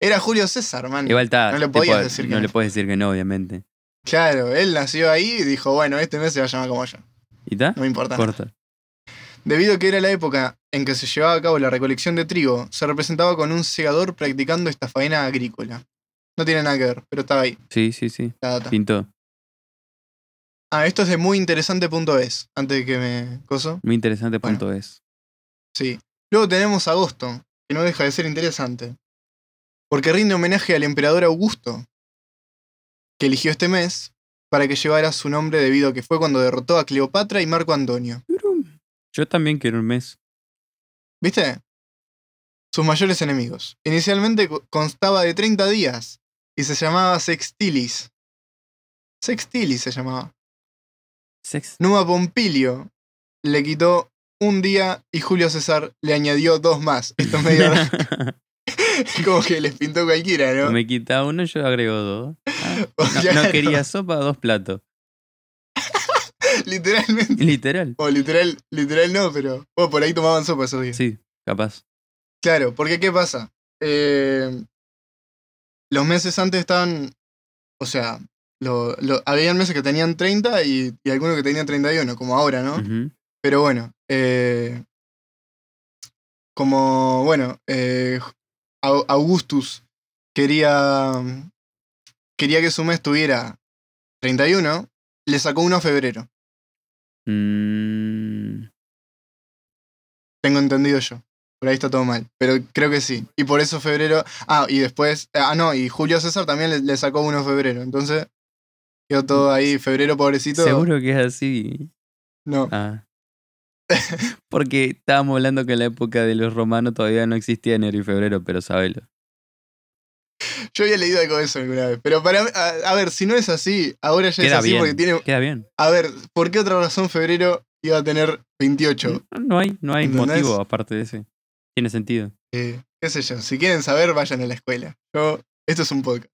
[SPEAKER 1] Era Julio César, man.
[SPEAKER 2] Igual está.
[SPEAKER 1] No le
[SPEAKER 2] te
[SPEAKER 1] podías
[SPEAKER 2] puedo-
[SPEAKER 1] decir que
[SPEAKER 2] no
[SPEAKER 1] no.
[SPEAKER 2] le puedes decir que no, obviamente.
[SPEAKER 1] Claro, él nació ahí y dijo, bueno, este mes se va a llamar como yo.
[SPEAKER 2] ¿Y está?
[SPEAKER 1] No me importa.
[SPEAKER 2] Corta.
[SPEAKER 1] Debido a que era la época en que se llevaba a cabo la recolección de trigo, se representaba con un segador practicando esta faena agrícola. No tiene nada que ver, pero estaba ahí
[SPEAKER 2] Sí, sí, sí.
[SPEAKER 1] la data.
[SPEAKER 2] Pintó.
[SPEAKER 1] Ah, esto es de muy interesante.es, antes de que me coso.
[SPEAKER 2] Muy interesante
[SPEAKER 1] Bueno.
[SPEAKER 2] punto es.
[SPEAKER 1] Sí. Luego tenemos agosto, que no deja de ser interesante. Porque rinde homenaje al emperador Augusto, que eligió este mes para que llevara su nombre debido a que fue cuando derrotó a Cleopatra y Marco Antonio.
[SPEAKER 2] Yo también quiero un mes.
[SPEAKER 1] ¿Viste? Sus mayores enemigos. Inicialmente co- constaba de 30 días y se llamaba Sextilis. Sextilis se llamaba.
[SPEAKER 2] Sex.
[SPEAKER 1] Numa Pompilio le quitó un día y Julio César le añadió dos más. Esto es medio como que les pintó cualquiera, ¿no?
[SPEAKER 2] Me quita uno, yo agrego dos. Ah,
[SPEAKER 1] O
[SPEAKER 2] no-
[SPEAKER 1] sea,
[SPEAKER 2] no quería sopa, dos platos.
[SPEAKER 1] Literalmente.
[SPEAKER 2] Literal.
[SPEAKER 1] O literal, literal no, pero. Bueno, por ahí tomaban sopa esos días.
[SPEAKER 2] Sí, capaz.
[SPEAKER 1] Claro, porque ¿qué pasa? Eh, los meses antes estaban. O sea, lo, lo- habían meses que tenían 30 y, y algunos que tenían 31, como ahora, ¿no?
[SPEAKER 2] Ujú.
[SPEAKER 1] Pero bueno, eh, como, bueno, eh, Au- Augustus quería, quería que su mes tuviera 31, le sacó uno a febrero,
[SPEAKER 2] Mm,
[SPEAKER 1] tengo entendido yo. Por ahí está todo mal, pero creo que sí. Y por eso febrero... Ah, y después... Ah, no, y Julio César también le, le sacó uno a febrero, entonces quedó todo ahí, febrero pobrecito.
[SPEAKER 2] Seguro que es así.
[SPEAKER 1] No.
[SPEAKER 2] Ah. Porque estábamos hablando que en la época de los romanos todavía no existía enero y febrero, pero sabelo.
[SPEAKER 1] Yo había leído algo de eso alguna vez, pero para... mí- A, a ver, si no es así, ahora ya es
[SPEAKER 2] Queda
[SPEAKER 1] así
[SPEAKER 2] bien.
[SPEAKER 1] porque tiene,
[SPEAKER 2] Queda bien.
[SPEAKER 1] A ver, ¿por qué otra razón febrero iba a tener 28?
[SPEAKER 2] No, no hay, no hay
[SPEAKER 1] ¿Entendés?
[SPEAKER 2] motivo aparte de ese. Tiene sentido.
[SPEAKER 1] Eh, qué sé yo, si quieren saber, vayan a la escuela. Yo, esto es un podcast.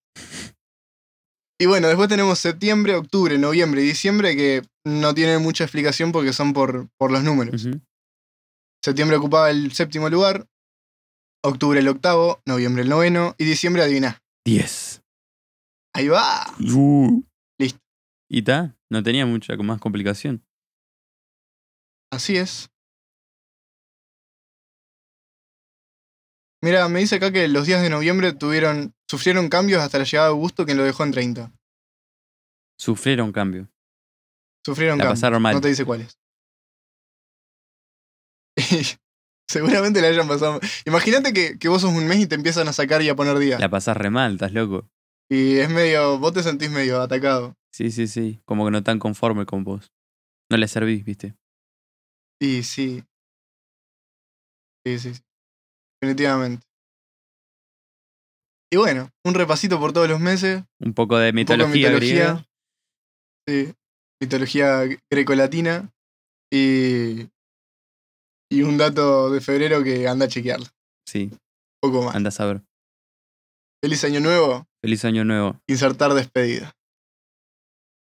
[SPEAKER 1] Y bueno, después tenemos septiembre, octubre, noviembre y diciembre que no tienen mucha explicación porque son por, por los números.
[SPEAKER 2] Ujú.
[SPEAKER 1] Septiembre ocupaba el séptimo lugar, octubre el octavo, noviembre el noveno y diciembre adiviná.
[SPEAKER 2] Diez. Uh.
[SPEAKER 1] Ahí va. Listo.
[SPEAKER 2] Y está, no tenía mucha más complicación.
[SPEAKER 1] Así es. Mira, me dice acá que los días de noviembre tuvieron, sufrieron cambios hasta la llegada de Augusto, quien lo dejó en 30.
[SPEAKER 2] Sufrieron cambio.
[SPEAKER 1] Sufrieron
[SPEAKER 2] La
[SPEAKER 1] cambios.
[SPEAKER 2] pasaron mal.
[SPEAKER 1] No te dice cuáles. Seguramente la hayan pasado. Imagínate que, que vos sos un mes y te empiezan a sacar y a poner días.
[SPEAKER 2] La pasás re mal, estás loco.
[SPEAKER 1] Y es medio. Vos te sentís medio atacado.
[SPEAKER 2] Sí, sí, sí. Como que no tan conforme con vos. No le servís, viste.
[SPEAKER 1] Y sí. Sí, sí, sí. Definitivamente. Y bueno, un repasito por todos los meses.
[SPEAKER 2] Un poco de
[SPEAKER 1] un poco de
[SPEAKER 2] mitología, griega.
[SPEAKER 1] Sí, mitología gre- grecolatina. Y, y un dato de febrero que anda a chequearlo.
[SPEAKER 2] Sí,
[SPEAKER 1] Poco más.
[SPEAKER 2] anda a saber.
[SPEAKER 1] Feliz año nuevo,
[SPEAKER 2] Feliz año nuevo.
[SPEAKER 1] insertar despedida.